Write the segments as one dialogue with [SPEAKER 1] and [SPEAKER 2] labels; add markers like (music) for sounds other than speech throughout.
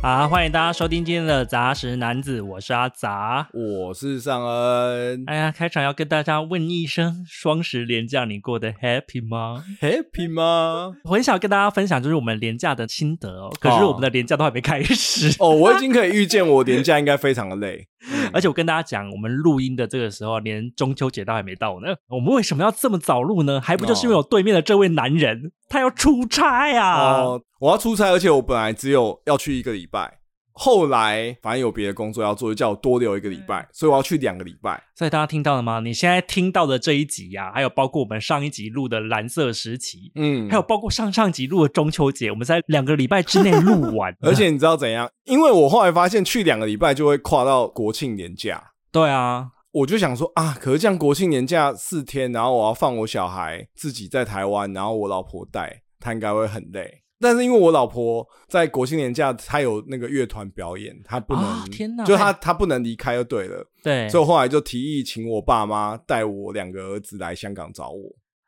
[SPEAKER 1] 好，欢迎大家收听今天的杂食男子，我是阿杂。
[SPEAKER 2] 我是尚恩
[SPEAKER 1] 哎呀，开场要跟大家问一声，双十连假你过得 happy 吗？
[SPEAKER 2] (laughs) ，Happy 吗？
[SPEAKER 1] 我很想跟大家分享，就是我们连假的心得哦。可是我们的连假都还没开始，
[SPEAKER 2] 哦，我已经可以预见我年假应该非常的 (laughs) 累。
[SPEAKER 1] 而且我跟大家讲，我们录音的这个时候，连中秋节都还没到呢。我们为什么要这么早录呢？还不就是因为我对面的这位男人，他要出差啊。
[SPEAKER 2] 哦，我要出差，而且我本来只有要去一个礼拜，后来反正有别的工作要做，就叫我多留一个礼拜，所以我要去两个礼拜。
[SPEAKER 1] 所以大家听到了吗？你现在听到的这一集呀、还有包括我们上一集录的蓝色时期，
[SPEAKER 2] 嗯
[SPEAKER 1] 还，有包括上上集录的中秋节，我们在两个礼拜之内录完
[SPEAKER 2] (laughs) 。而且你知道怎样？因为我后来发现去两个礼拜就会跨到国庆年假。
[SPEAKER 1] 对啊，
[SPEAKER 2] 我就想说啊，可是这样国庆年假四天，然后我要放我小孩自己在台湾，然后我老婆带，她应该会很累。但是因为我老婆在国庆年假，她有那个乐团表演，她不能，
[SPEAKER 1] 啊天哪哎
[SPEAKER 2] 就她她不能离开就对了。
[SPEAKER 1] 对，
[SPEAKER 2] 所以我后来就提议请我爸妈带我两个儿子来香港找我，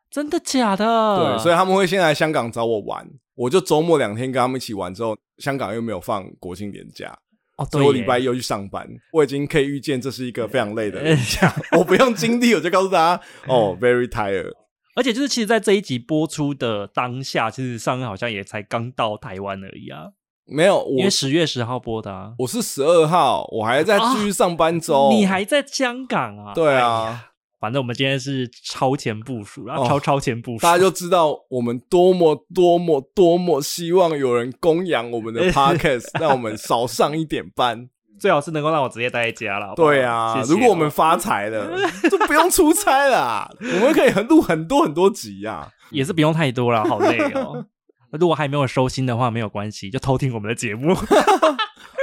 [SPEAKER 1] 真的假的？
[SPEAKER 2] 对，所以
[SPEAKER 1] 以
[SPEAKER 2] 他们会先来香港找我玩，我就周末两天跟他们一起玩。之后香港又没有放国庆年假，
[SPEAKER 1] 哦，对
[SPEAKER 2] 所以我
[SPEAKER 1] 耶
[SPEAKER 2] 礼拜一又去上班，我已经可以预见这是一个非常累的
[SPEAKER 1] (laughs)
[SPEAKER 2] 年假， (laughs) 我不用经历，我就告诉大家，
[SPEAKER 1] 嗯
[SPEAKER 2] 哦，very tired，
[SPEAKER 1] 而且就是其实，在这一集播出的当下，其实上恩好像也才刚到台湾而已啊，
[SPEAKER 2] 没有
[SPEAKER 1] 因
[SPEAKER 2] 我
[SPEAKER 1] 为十月十号播的啊。
[SPEAKER 2] 我是十二号，我还在继续上班中，
[SPEAKER 1] 你还在香港啊？
[SPEAKER 2] 对
[SPEAKER 1] 哎呀，
[SPEAKER 2] 啊，
[SPEAKER 1] 反正我们今天是超前部署，然后
[SPEAKER 2] 哦
[SPEAKER 1] 超超前部署，
[SPEAKER 2] 大家就知道我们多么多么多么希望有人供养我们的
[SPEAKER 1] 哎
[SPEAKER 2] podcast，让
[SPEAKER 1] (laughs)
[SPEAKER 2] 我们少上一点班。
[SPEAKER 1] (laughs) 最好是能够让我直接待在家了。好不好
[SPEAKER 2] 对啊，
[SPEAKER 1] 哦谢谢
[SPEAKER 2] 如果我们
[SPEAKER 1] 哦
[SPEAKER 2] 发
[SPEAKER 1] (laughs)
[SPEAKER 2] 财了，就不用出差了啊、我们可以很录很多很多集啊呀、
[SPEAKER 1] 也是不用太多了，好累哦。 (laughs) 那如果还没有收心的话，没有关系，就偷听我们的节目。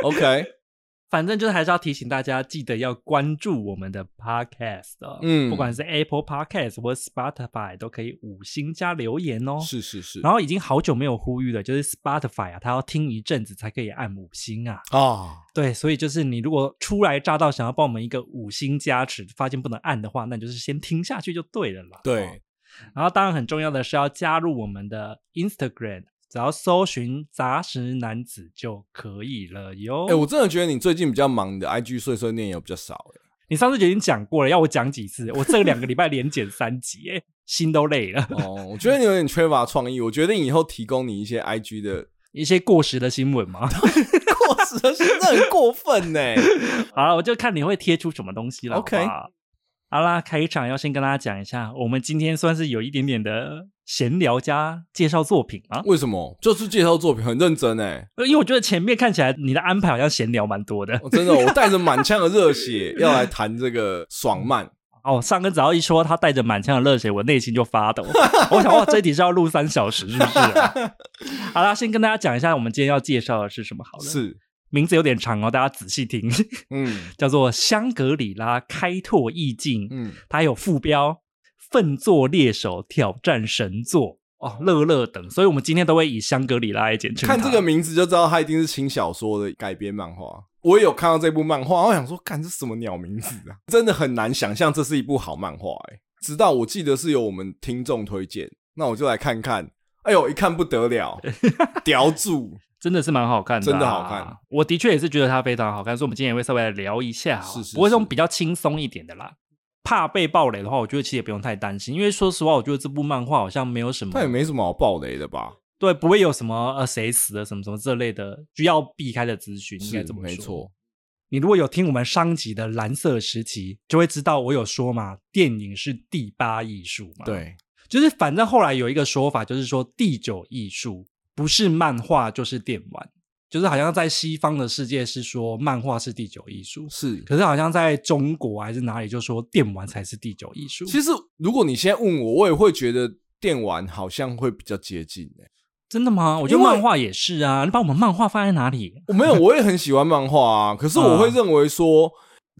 [SPEAKER 2] OK，
[SPEAKER 1] 反正就是还是要提醒大家，记得要关注我们的 podcast 哦
[SPEAKER 2] 嗯
[SPEAKER 1] 不管是 Apple Podcast 或 Spotify 都可以五星加留言哦。
[SPEAKER 2] 是是是
[SPEAKER 1] 然后已经好久没有呼吁了，就是 Spotify 啊，它要听一阵子才可以按五星啊。
[SPEAKER 2] 啊，
[SPEAKER 1] 对，所以就是你如果初来乍到想要帮我们一个五星加持，发现不能按的话，那你就是先听下去就对了啦。哦
[SPEAKER 2] 对，
[SPEAKER 1] 然后当然很重要的是要加入我们的 Instagram，只要搜寻“杂食男子”就可以了哟。
[SPEAKER 2] 哎、我真的觉得你最近比较忙，你的 IG 碎碎念也比较少、欸。
[SPEAKER 1] 你上次就已经讲过了，要我讲几次？我这两个礼拜连剪三集，哎，心都累了。 (laughs)
[SPEAKER 2] 哦，我觉得你有点缺乏创意。我决定以后提供你一些 IG 的 (laughs)
[SPEAKER 1] 一些过时的新闻嘛。
[SPEAKER 2] 过时的，真的很过分呢、
[SPEAKER 1] 好了，我就看你会贴出什么东西了。
[SPEAKER 2] OK
[SPEAKER 1] 好不好好啦，开场要先跟大家讲一下，我们今天算是有一点点的闲聊加介绍作品啊，
[SPEAKER 2] 为什么？就是介绍作品很认真哎、
[SPEAKER 1] 因为我觉得前面看起来你的安排好像闲聊蛮多的
[SPEAKER 2] 我哦真的，我带着满腔的热 (laughs) 血要来谈这个爽漫。
[SPEAKER 1] 哦。上根只要一说他带着满腔的热血，我内心就发抖。我想哇，这一题是要录三小时是不是啊、好啦，先跟大家讲一下我们今天要介绍的是什么好了。
[SPEAKER 2] 是，
[SPEAKER 1] 名字有点长哦，大家仔细听， (laughs)
[SPEAKER 2] 嗯
[SPEAKER 1] 叫做《香格里拉开拓意境》。
[SPEAKER 2] 嗯，
[SPEAKER 1] 它有副标“奋作猎手挑战神作”哦，乐乐等，所以我们今天都会以香格里拉来简称它。
[SPEAKER 2] 看这个名字就知道它一定是轻小说的改编漫画。我也有看到这部漫画，我想说，干这什么鸟名字啊？真的很难想象这是一部好漫画哎、直到我记得是由我们听众推荐，那我就来看看。哎呦，一看不得了，屌住！
[SPEAKER 1] 真的是蛮好看的、啊
[SPEAKER 2] 真的好看。
[SPEAKER 1] 我的确也是觉得它非常好看，所以我们今天也会稍微来聊一下、哦
[SPEAKER 2] 是是
[SPEAKER 1] 不过这种
[SPEAKER 2] 是
[SPEAKER 1] 比较轻松一点的啦。怕被暴雷的话，我觉得其实也不用太担心，因为说实话，我觉得这部漫画好像没有什么
[SPEAKER 2] 它也没什么好爆雷的吧？
[SPEAKER 1] 对，不会有什么呃谁死了什么什么这类的需要避开的资讯，应该
[SPEAKER 2] 是
[SPEAKER 1] 这么说。
[SPEAKER 2] 没错。
[SPEAKER 1] 你如果有听我们上集的蓝色时期，就会知道我有说嘛，电影是第八艺术嘛。，
[SPEAKER 2] 对，
[SPEAKER 1] 就是反正后来有一个说法，就是说第九艺术不是漫画就是电玩，就是好像在西方的世界是说漫画是第九艺术，
[SPEAKER 2] 是。
[SPEAKER 1] 可是好像在中国还是哪里就说电玩才是第九艺术。
[SPEAKER 2] 其实如果你现在问我，我也会觉得电玩好像会比较接近、欸、
[SPEAKER 1] 真的吗？我觉得
[SPEAKER 2] 因为
[SPEAKER 1] 漫画也是啊，你把我们漫画放在哪里？
[SPEAKER 2] 我没有，我也很喜欢漫画啊，可是我会
[SPEAKER 1] 嗯
[SPEAKER 2] 认为说。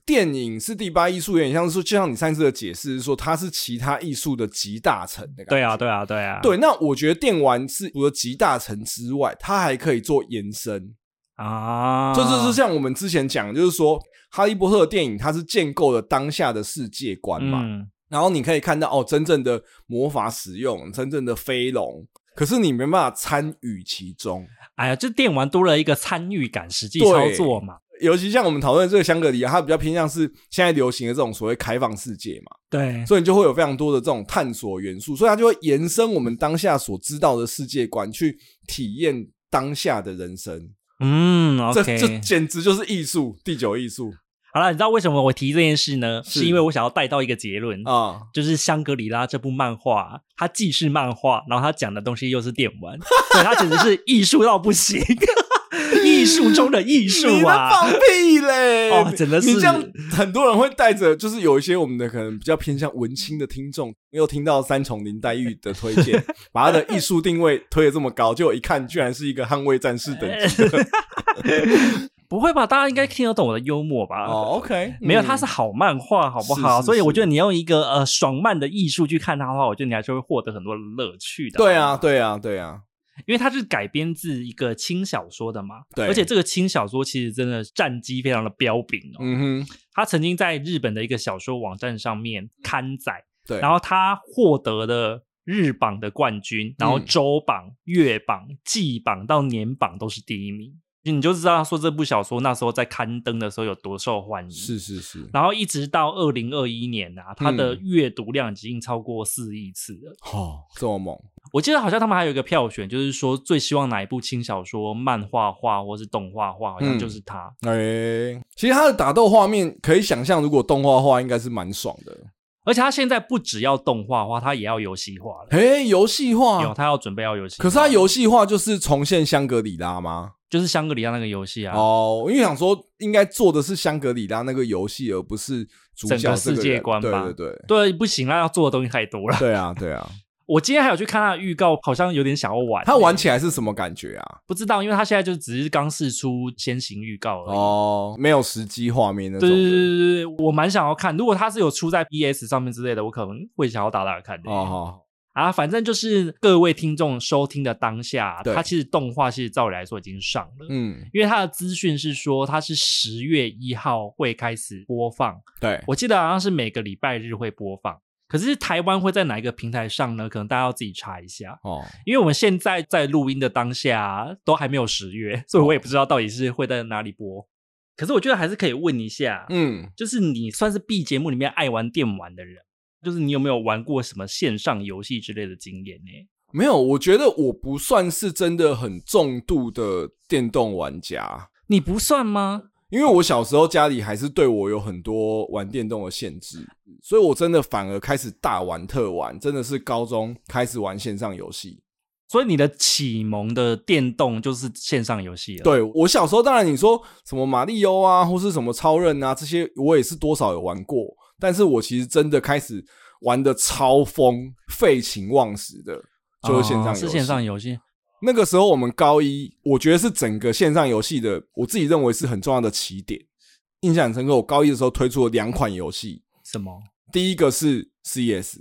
[SPEAKER 2] 电影是第八艺术，有点像是说，就像你上次的解释是说，它是其他艺术的集大成的感觉。
[SPEAKER 1] 对啊，对啊，对啊，
[SPEAKER 2] 对，那我觉得电玩是除了集大成之外，它还可以做延伸。
[SPEAKER 1] 啊，
[SPEAKER 2] 这就是像我们之前讲，就是说《哈利波特》的电影，它是建构了当下的世界观嘛。
[SPEAKER 1] 嗯
[SPEAKER 2] 然后你可以看到哦，真正的魔法使用，真正的飞龙。可是你没办法参与其中。
[SPEAKER 1] 哎呀，就电玩多了一个参与感，实际
[SPEAKER 2] 对
[SPEAKER 1] 操作嘛。
[SPEAKER 2] 尤其像我们讨论的这个香格里拉，它比较偏向是现在流行的这种所谓开放世界嘛，
[SPEAKER 1] 对，
[SPEAKER 2] 所以你就会有非常多的这种探索元素，所以它就会延伸我们当下所知道的世界观，去体验当下的人生。
[SPEAKER 1] 嗯
[SPEAKER 2] 这
[SPEAKER 1] ，OK，
[SPEAKER 2] 这简直就是艺术，第九艺术
[SPEAKER 1] 好了，你知道为什么我提这件事呢？
[SPEAKER 2] 是
[SPEAKER 1] 是因为我想要带到一个结论，
[SPEAKER 2] 啊！
[SPEAKER 1] 就是《香格里拉》这部漫画，啊它既是漫画，然后它讲的东西又是电
[SPEAKER 2] (laughs)
[SPEAKER 1] 玩，所以它简直是艺术到不行，艺术中的艺
[SPEAKER 2] 你
[SPEAKER 1] 术
[SPEAKER 2] 在
[SPEAKER 1] 啊！
[SPEAKER 2] 放屁嘞！
[SPEAKER 1] 哦真的是
[SPEAKER 2] 你这样，很多人会带着，就是有一些我们的可能比较偏向文青的听众，没有听到三重林黛玉的推
[SPEAKER 1] (laughs)
[SPEAKER 2] 荐，把他的艺术定位推的这么高，就一看居然是一个捍卫战士等
[SPEAKER 1] (laughs)
[SPEAKER 2] 级。
[SPEAKER 1] 不会吧？大家应该听得懂我的幽默吧？
[SPEAKER 2] 哦，OK，
[SPEAKER 1] 没有，
[SPEAKER 2] (laughs) 嗯
[SPEAKER 1] 它是好漫画，好不好？
[SPEAKER 2] 是是
[SPEAKER 1] 所以我
[SPEAKER 2] 是
[SPEAKER 1] 觉得你用一个呃爽漫的艺术去看它的话，我觉得你还是会获得很多乐趣的。
[SPEAKER 2] 对啊，，对啊，对啊，
[SPEAKER 1] 因为它是改编自一个轻小说的嘛，
[SPEAKER 2] 对
[SPEAKER 1] 而且这个轻小说其实真的战绩非常的彪炳哦。
[SPEAKER 2] 嗯哼，
[SPEAKER 1] 他曾经在日本的一个小说网站上面刊载，
[SPEAKER 2] 嗯对，
[SPEAKER 1] 然后他获得了日榜的冠军，然
[SPEAKER 2] 嗯
[SPEAKER 1] 后周榜、月榜、季榜到年榜都是第一名，你就知道说这部小说那时候在刊登的时候有多受欢迎。
[SPEAKER 2] 是是是，
[SPEAKER 1] 然后一直到二零二一年啊，它的
[SPEAKER 2] 嗯
[SPEAKER 1] 阅读量已经超过四亿次了。
[SPEAKER 2] 哦，这么猛，
[SPEAKER 1] 我记得好像他们还有一个票选，就是说最希望哪一部轻小说、漫画画或是动画画，好像
[SPEAKER 2] 嗯
[SPEAKER 1] 就是它。
[SPEAKER 2] 哎、其实他的打斗画面可以想象，如果动画化应该是蛮爽
[SPEAKER 1] (laughs)
[SPEAKER 2] 的。
[SPEAKER 1] 而且它现在不只要动画化，它也要游戏化了。
[SPEAKER 2] (laughs) 哎，游戏
[SPEAKER 1] 有，
[SPEAKER 2] 化，
[SPEAKER 1] 他要准备要游戏化，
[SPEAKER 2] 可是他游戏化就是重现香格里拉吗？
[SPEAKER 1] 就是香格里拉那个游戏啊，
[SPEAKER 2] 哦，因为想说应该做的是香格里拉那个游戏，而不是主角
[SPEAKER 1] 整个
[SPEAKER 2] 这
[SPEAKER 1] 世
[SPEAKER 2] 人
[SPEAKER 1] 界观吧
[SPEAKER 2] 对对对，
[SPEAKER 1] 对，不行啦，要做的东西太多了。
[SPEAKER 2] 对啊
[SPEAKER 1] (laughs)
[SPEAKER 2] 对啊，
[SPEAKER 1] 我今天还有去看他的预告，好像有点想要玩、欸
[SPEAKER 2] 他玩起来是什么感觉啊？
[SPEAKER 1] 不知道，因为他现在就只是刚试出先行预告而已。
[SPEAKER 2] 哦，没有实际画面那
[SPEAKER 1] 对
[SPEAKER 2] 种
[SPEAKER 1] 对
[SPEAKER 2] 的。
[SPEAKER 1] 对对对，我蛮想要看。如果他是有出在 PS 上面之类的，我可能会想要打打看的。
[SPEAKER 2] 哦好，
[SPEAKER 1] 啊，反正就是各位听众收听的当下，啊
[SPEAKER 2] 对
[SPEAKER 1] 它其实动画其实照理来说已经上了，
[SPEAKER 2] 嗯，
[SPEAKER 1] 因为它的资讯是说它是十月一号会开始播放，
[SPEAKER 2] 对，
[SPEAKER 1] 我记得好像是每个礼拜日会播放。可是台湾会在哪一个平台上呢？可能大家要自己查一下，
[SPEAKER 2] 哦，
[SPEAKER 1] 因为我们现在在录音的当下啊都还没有十月，所以我也不知道到底是会在哪里播。可是我觉得还是可以问一下，
[SPEAKER 2] 嗯，
[SPEAKER 1] 就是你算是 B 节目里面爱玩电玩的人，就是你有没有玩过什么线上游戏之类的经验呢？
[SPEAKER 2] 没有，我觉得我不算是真的很重度的电动玩家，
[SPEAKER 1] 你不算吗？
[SPEAKER 2] 因为我小时候家里还是对我有很多玩电动的限制，所以我真的反而开始大玩特玩，真的是高中开始玩线上游戏。
[SPEAKER 1] 所以你的启蒙的电动就是线上游戏了。，
[SPEAKER 2] 对我小时候，当然你说什么马里欧啊，或是什么超人啊，这些我也是多少有玩过，但是我其实真的开始玩的超疯、废寝忘食的，就是线上游
[SPEAKER 1] 哦、
[SPEAKER 2] 戏。
[SPEAKER 1] 是线上游戏。
[SPEAKER 2] 那个时候我们高一，我觉得是整个线上游戏的，我自己认为是很重要的起点。印象很深刻，我高一的时候推出了两款游戏，
[SPEAKER 1] 什么
[SPEAKER 2] 第一个是 CS，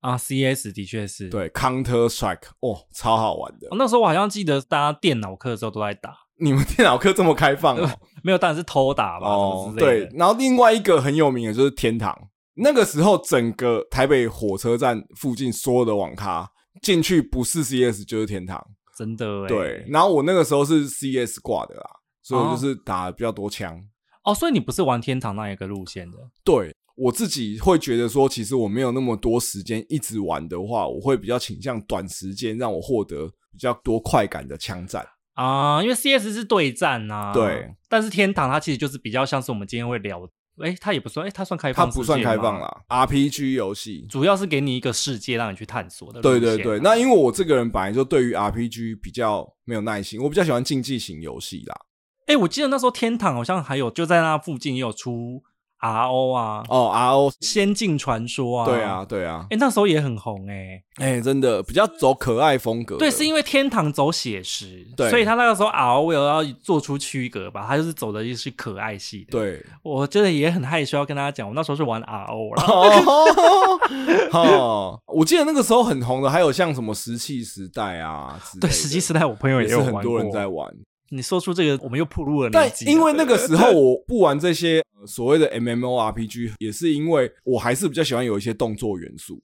[SPEAKER 1] 啊？CS 的确是。、
[SPEAKER 2] 对 Counter Strike，哦，超好玩的
[SPEAKER 1] 哦。那时候我好像记得大家电脑课的时候都在打，
[SPEAKER 2] 你们电脑课这么开
[SPEAKER 1] (laughs)
[SPEAKER 2] 放哦？
[SPEAKER 1] 没有，当然是偷打吧，
[SPEAKER 2] 哦
[SPEAKER 1] 什，么之类
[SPEAKER 2] 对
[SPEAKER 1] 的。，
[SPEAKER 2] 然后另外一个很有名的就是天堂，那个时候整个台北火车站附近所有的网咖进去不是 CS 就是天堂，
[SPEAKER 1] 真的哎。
[SPEAKER 2] 对。。然后我那个时候是 CS 挂的啦，所以我就是打得比较多枪。
[SPEAKER 1] 哦，所以你不是玩天堂那一个路线的。
[SPEAKER 2] 对我自己会觉得说，其实我没有那么多时间一直玩的话，我会比较倾向短时间让我获得比较多快感的枪战。
[SPEAKER 1] 啊、因为 CS 是对战啊，
[SPEAKER 2] 对，
[SPEAKER 1] 但是天堂它其实就是比较像是我们今天会聊，诶，它也不算，诶，它算开
[SPEAKER 2] 它
[SPEAKER 1] 放，
[SPEAKER 2] 不算开放，啦，RPG 游戏。
[SPEAKER 1] 主要是给你一个世界让你去探索的路
[SPEAKER 2] 对
[SPEAKER 1] 线啊、
[SPEAKER 2] 对对，那因为我这个人本来就对于 RPG 比较没有耐心，我比较喜欢竞技型游戏啦。
[SPEAKER 1] 诶，我记得那时候天堂好像还有就在那附近也有出 RO 啊，
[SPEAKER 2] 哦，RO，
[SPEAKER 1] 仙境传说》啊，
[SPEAKER 2] 对啊，，对啊，
[SPEAKER 1] 诶，那时候也很红诶。
[SPEAKER 2] 哎、真的比较走可爱风格的。
[SPEAKER 1] 对，是因为天堂走写实，
[SPEAKER 2] 对
[SPEAKER 1] 所以他那个时候 RO 有要做出区隔吧，他就是走的就是可爱系的。， (laughs)
[SPEAKER 2] 对
[SPEAKER 1] 我真的也很害羞要跟大家讲，我那时候是玩 RO 啦。
[SPEAKER 2] 哦哦，我记得那个时候很红的，还有像什么石器时代啊之类的，
[SPEAKER 1] 对，实际时代我朋友
[SPEAKER 2] 也
[SPEAKER 1] 有
[SPEAKER 2] 是
[SPEAKER 1] 玩
[SPEAKER 2] 很
[SPEAKER 1] 过，嗯
[SPEAKER 2] 多人在玩。
[SPEAKER 1] 你说出这个，我们又暴露了年
[SPEAKER 2] 但
[SPEAKER 1] 纪了。
[SPEAKER 2] 因为那个时候我不玩这些呃所谓的 MMORPG，也是因为我还是比较喜欢有一些动作元素。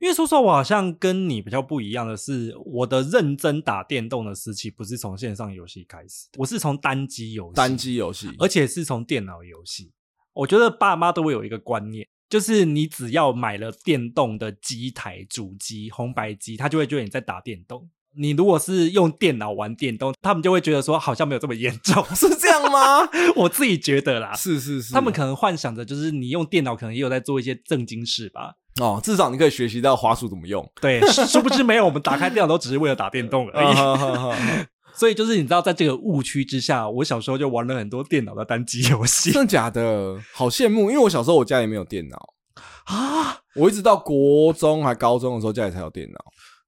[SPEAKER 1] 因为说实话，我好像跟你比较不一样的是，我的认真打电动的时期不是从线上游戏开始，我是从单机游戏，
[SPEAKER 2] 单机游戏，
[SPEAKER 1] 而且是从电脑游戏。我觉得爸妈都会有一个观念，就是你只要买了电动的机台、主机、红白机，他就会觉得你在打电动。你如果是用电脑玩电动，他们就会觉得说好像没有这么严重。 (laughs)
[SPEAKER 2] 是这样吗？
[SPEAKER 1] 我自己觉得啦，
[SPEAKER 2] 是是是，
[SPEAKER 1] 他们可能幻想着就是你用电脑可能也有在做一些正经事吧。
[SPEAKER 2] 哦，至少你可以学习到花束怎么用。
[SPEAKER 1] 对，殊不知没有，我们打开电脑都只是为了打电动 (laughs) 而已。
[SPEAKER 2] 啊哈哈哈
[SPEAKER 1] 所以就是你知道，在这个误区之下，我小时候就玩了很多电脑的单机游戏
[SPEAKER 2] (laughs) 真的假的？好羡慕，因为我小时候我家里没有电脑，
[SPEAKER 1] (laughs) 啊。
[SPEAKER 2] 我一直到国中还高中的时候家里才有电脑。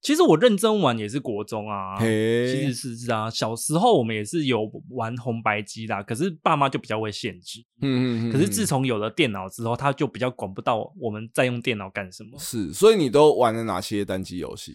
[SPEAKER 1] 其实我认真玩也是国中啊，其
[SPEAKER 2] 嘿
[SPEAKER 1] 实，是是啊。小时候我们也是有玩红白机啦，可是爸妈就比较会限制。
[SPEAKER 2] 嗯
[SPEAKER 1] 可是自从有了电脑之后，他就比较管不到我们在用电脑干什么。
[SPEAKER 2] 是，所以你都玩了哪些单机游戏？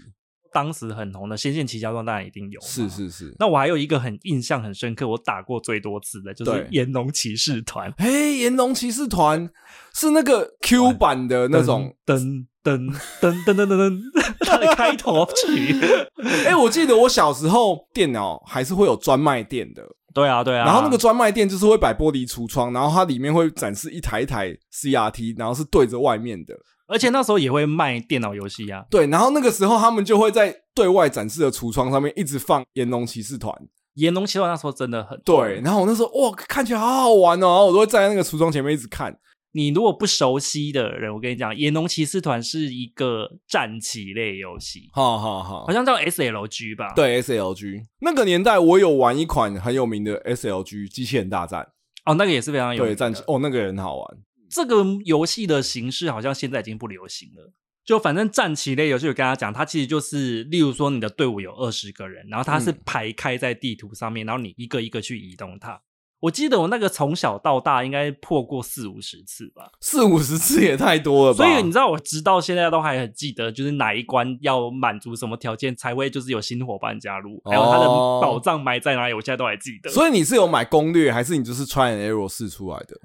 [SPEAKER 1] 当时很红的《仙剑奇侠传》当然一定有，
[SPEAKER 2] 是。是是，
[SPEAKER 1] 那我还有一个很印象很深刻，我打过最多次的就是
[SPEAKER 2] 对
[SPEAKER 1] 《炎龙骑士团》。
[SPEAKER 2] 嘿，炎龙骑士团是那个 Q 版的那种。
[SPEAKER 1] 噔噔噔噔噔噔噔， (laughs) 它的开头曲。
[SPEAKER 2] (laughs) 哎、我记得我小时候电脑还是会有专卖店的，
[SPEAKER 1] 对啊，对啊。
[SPEAKER 2] 然后那个专卖店就是会摆玻璃橱窗，然后它里面会展示一台一台 CRT，然后是对着外面的。
[SPEAKER 1] 而且那时候也会卖电脑游戏啊，《
[SPEAKER 2] 对，然后那个时候他们就会在对外展示的橱窗上面一直放《炎龙骑士团》。
[SPEAKER 1] 炎龙骑士团》那时候真的很
[SPEAKER 2] 对，。然后我那时候哇，看起来好好玩哦，然后我都会站在那个橱窗前面一直看。
[SPEAKER 1] 你如果不熟悉的人，我跟你讲，《炎龙骑士团》是一个战棋类游戏，
[SPEAKER 2] 哈哈哈
[SPEAKER 1] 好。像叫 SLG 吧？
[SPEAKER 2] 对 SLG 那个年代，我有玩一款很有名的 SLG《机器人大战
[SPEAKER 1] 哦，那个也是非常》，有名
[SPEAKER 2] 对
[SPEAKER 1] 的
[SPEAKER 2] 战棋哦，那个也很好玩。
[SPEAKER 1] 这个游戏的形式好像现在已经不流行了。就反正战棋类游戏，我跟他讲，它其实就是，例如说你的队伍有二十个人，然后它是
[SPEAKER 2] 嗯
[SPEAKER 1] 排开在地图上面，然后你一个一个去移动它。我记得我那个从小到大应该破过四五十次吧，
[SPEAKER 2] 四五十次也太多了吧？
[SPEAKER 1] 所以你知道我直到现在都还很记得，就是哪一关要满足什么条件才会就是有新伙伴加入，还有它的
[SPEAKER 2] 哦
[SPEAKER 1] 宝藏埋在哪里，我现在都还记得。
[SPEAKER 2] 所以你是有买攻略，还是你就是 try and error 试出来的？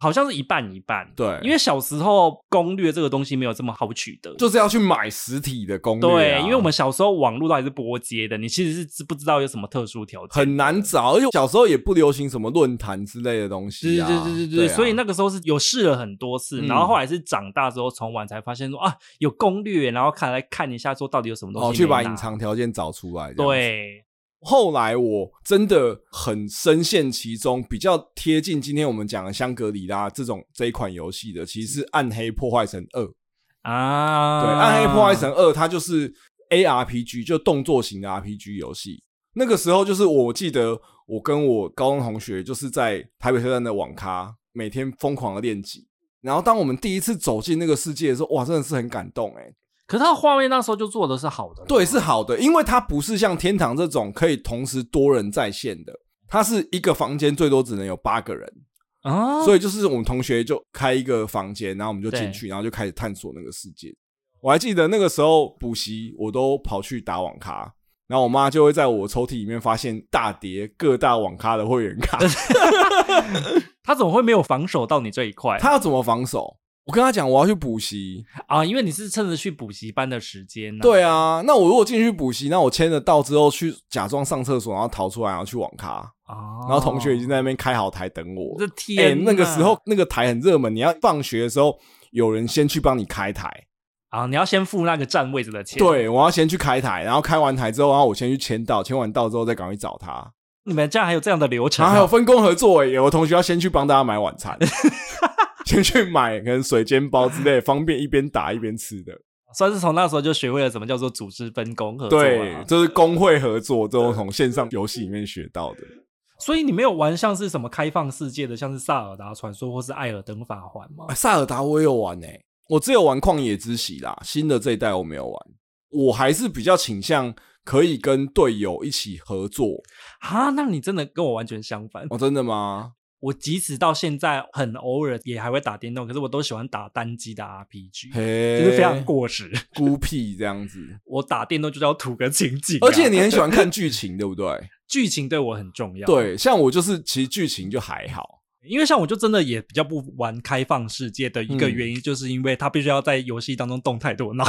[SPEAKER 1] 好像是一半一半，
[SPEAKER 2] 对
[SPEAKER 1] 因为小时候攻略这个东西没有这么好取得，
[SPEAKER 2] 就是要去买实体的攻略、啊
[SPEAKER 1] 对，因为我们小时候网络都还是拨接的，你其实是知不知道有什么特殊条件，
[SPEAKER 2] 很难找，而且小时候也不流行什么论坛之类的东
[SPEAKER 1] 对
[SPEAKER 2] 西、
[SPEAKER 1] 对
[SPEAKER 2] 啊。
[SPEAKER 1] 对对对对，
[SPEAKER 2] 啊
[SPEAKER 1] 所以那个时候是有试了很多次，
[SPEAKER 2] 嗯
[SPEAKER 1] 然后后来是长大之后重玩才发现说啊有攻略，然后看来看一下说到底有什么东西
[SPEAKER 2] 哦，
[SPEAKER 1] 没
[SPEAKER 2] 去把
[SPEAKER 1] 拿
[SPEAKER 2] 隐藏条件找出来。，
[SPEAKER 1] 对
[SPEAKER 2] 后来我真的很深陷其中，比较贴近今天我们讲的香格里拉这种这一款游戏的，其实是《暗黑破坏神二》。
[SPEAKER 1] 啊，
[SPEAKER 2] 对，《暗黑破坏神二》它就是 ARPG，就动作型的 RPG 游戏。那个时候就是我记得我跟我高中同学就是在台北车站的网咖，每天疯狂的练级。然后当我们第一次走进那个世界的时候，哇，真的是很感动哎、
[SPEAKER 1] 可是它的画面那时候就做的是好的，
[SPEAKER 2] 对，是好的，因为它不是像天堂这种可以同时多人在线的，它是一个房间最多只能有八个人，
[SPEAKER 1] 啊，
[SPEAKER 2] 所
[SPEAKER 1] 以
[SPEAKER 2] 以就是我们同学就开一个房间，然后我们就进
[SPEAKER 1] 对
[SPEAKER 2] 去，然后就开始探索那个世界。我还记得那个时候补习，我都跑去打网咖，然后我妈就会在我抽屉里面发现大叠各大网咖的会员卡，
[SPEAKER 1] 他怎么会没有防守到你这一块
[SPEAKER 2] 她要怎么防守？我跟她讲我要去补习，
[SPEAKER 1] 啊？因为你是趁着去补习班的时间、
[SPEAKER 2] 对
[SPEAKER 1] 啊，
[SPEAKER 2] 啊，那我如果进去补习，那我签了到之后去假装上厕所，然后逃出来，然后去网咖，
[SPEAKER 1] 哦
[SPEAKER 2] 然后同学已经在那边开好台等我
[SPEAKER 1] 这。
[SPEAKER 2] 哎、
[SPEAKER 1] 天、
[SPEAKER 2] 那个时候那个台很热门，你要放学的时候有人先去帮你开台，
[SPEAKER 1] 啊，你要先付那个占位置的钱，
[SPEAKER 2] 对，我要先去开台，然后开完台之后，然后我先去签到，签完到之后再赶快去找 (laughs) 他。
[SPEAKER 1] 你们这样还有这样的流程、
[SPEAKER 2] 然
[SPEAKER 1] 啊？
[SPEAKER 2] 后还有分工合作、欸，有的同学要先去帮大家买晚 (laughs) 餐，先去买可能水煎包之类，方便一边打一边吃的。
[SPEAKER 1] 算是从那时候就学会了什么叫做组织分工合作、
[SPEAKER 2] 对
[SPEAKER 1] 啊。，，
[SPEAKER 2] 这是工会合作，这种从线上游戏里面学到的。
[SPEAKER 1] 所以你没有玩像是什么开放世界的，像是《萨尔达传说》或是《艾尔登法环》吗
[SPEAKER 2] 啊？萨尔达我也有玩诶、欸我只有玩旷野之息啦，新的这一代我没有玩，我还是比较倾向可以跟队友一起合作。
[SPEAKER 1] 啊，那你真的跟我完全相反。
[SPEAKER 2] 哦，真的吗？
[SPEAKER 1] 我即使到现在很偶尔也还会打电动，可是我都喜欢打单机的 RPG，(laughs)
[SPEAKER 2] 嘿，
[SPEAKER 1] 就是非常过时。
[SPEAKER 2] 孤僻这样子。
[SPEAKER 1] 我打电动就是要图个情景啊、
[SPEAKER 2] 而且你很
[SPEAKER 1] (laughs)
[SPEAKER 2] 喜欢看剧情，对不对？
[SPEAKER 1] 剧情对我很重要。
[SPEAKER 2] 对，像我就是其实剧情就还好，
[SPEAKER 1] 因为像我就真的也比较不玩开放世界的一个
[SPEAKER 2] 嗯
[SPEAKER 1] 原因，就是因为它必须要在游戏当中动太多脑。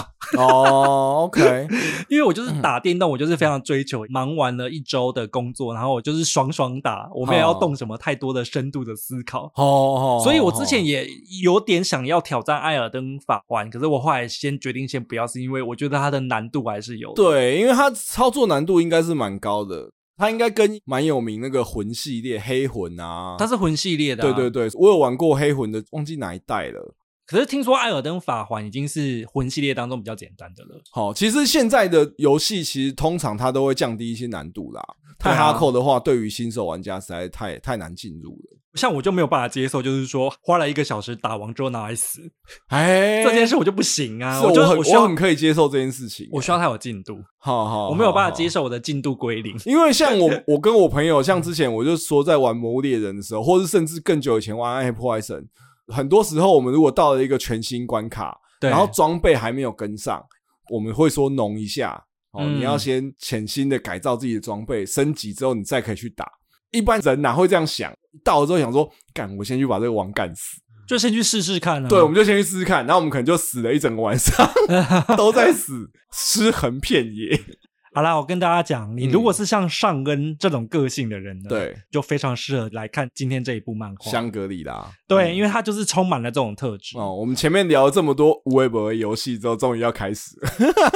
[SPEAKER 2] 哦，OK， (laughs)
[SPEAKER 1] 因为我
[SPEAKER 2] 嗯
[SPEAKER 1] 就是打电动，我就是非常追求忙完了一周的工作，然后我就是爽爽打，我没有要动什么太多的深度的思考。
[SPEAKER 2] 哦哦，
[SPEAKER 1] 所以我之前也有点想要挑战《艾尔登法环》，可是我后来先决定先不要，是因为我觉得它的难度还是有。，
[SPEAKER 2] 对，因为它操作难度应该是蛮高的，它应该跟蛮有名那个魂系列黑魂啊，
[SPEAKER 1] 它是魂系列的、
[SPEAKER 2] 对对。对，我有玩过黑魂的，忘记哪一代了。
[SPEAKER 1] 可是听说《艾尔登法环》已经是魂系列当中比较简单的了。
[SPEAKER 2] 好，其实现在的游戏其实通常它都会降低一些难度啦。
[SPEAKER 1] 对
[SPEAKER 2] 太
[SPEAKER 1] 啊
[SPEAKER 2] 哈扣的话，对于新手玩家实在太太难进入了。
[SPEAKER 1] 像我就没有办法接受，就是说花了一个小时打完之后拿来死、
[SPEAKER 2] 哎，
[SPEAKER 1] 这件事，我就不行啊！
[SPEAKER 2] 是
[SPEAKER 1] 就
[SPEAKER 2] 我很
[SPEAKER 1] 我需要
[SPEAKER 2] 很哦可以接受这件事情。
[SPEAKER 1] 我需要它有进度，
[SPEAKER 2] 好好，
[SPEAKER 1] 我没有办
[SPEAKER 2] 好
[SPEAKER 1] 法接。受我的进度归零。
[SPEAKER 2] 好因为像
[SPEAKER 1] (laughs)
[SPEAKER 2] 我，我跟我朋友，像之前我就说，在玩《魔物猎人》的时候，或是甚至更久以前玩《暗黑破坏神》，很多时候我们如果到了一个全新关卡，
[SPEAKER 1] 对，
[SPEAKER 2] 然后装备还没有跟上，我们会说农一下哦，
[SPEAKER 1] 嗯
[SPEAKER 2] 你要先潜心的改造自己的装备，升级之后你再可以去打。一般人哪会这样想？到了之后想说，干，我先去把这个王干死。
[SPEAKER 1] 就先去试试看啊。
[SPEAKER 2] 对，我们就先去试试看，然后我们可能就死了一整个晚上， (laughs) 都在死，尸横遍野。
[SPEAKER 1] (laughs) 好啦，我跟大家讲，你如果是像上恩这种个性的人呢，
[SPEAKER 2] 对，
[SPEAKER 1] 就非常适合来看今天这一部漫画。
[SPEAKER 2] 香格里拉，
[SPEAKER 1] 对，
[SPEAKER 2] 嗯
[SPEAKER 1] 因为它就是充满了这种特质。
[SPEAKER 2] 哦，我们前面聊了这么多无微博游戏之后，终于要开始了。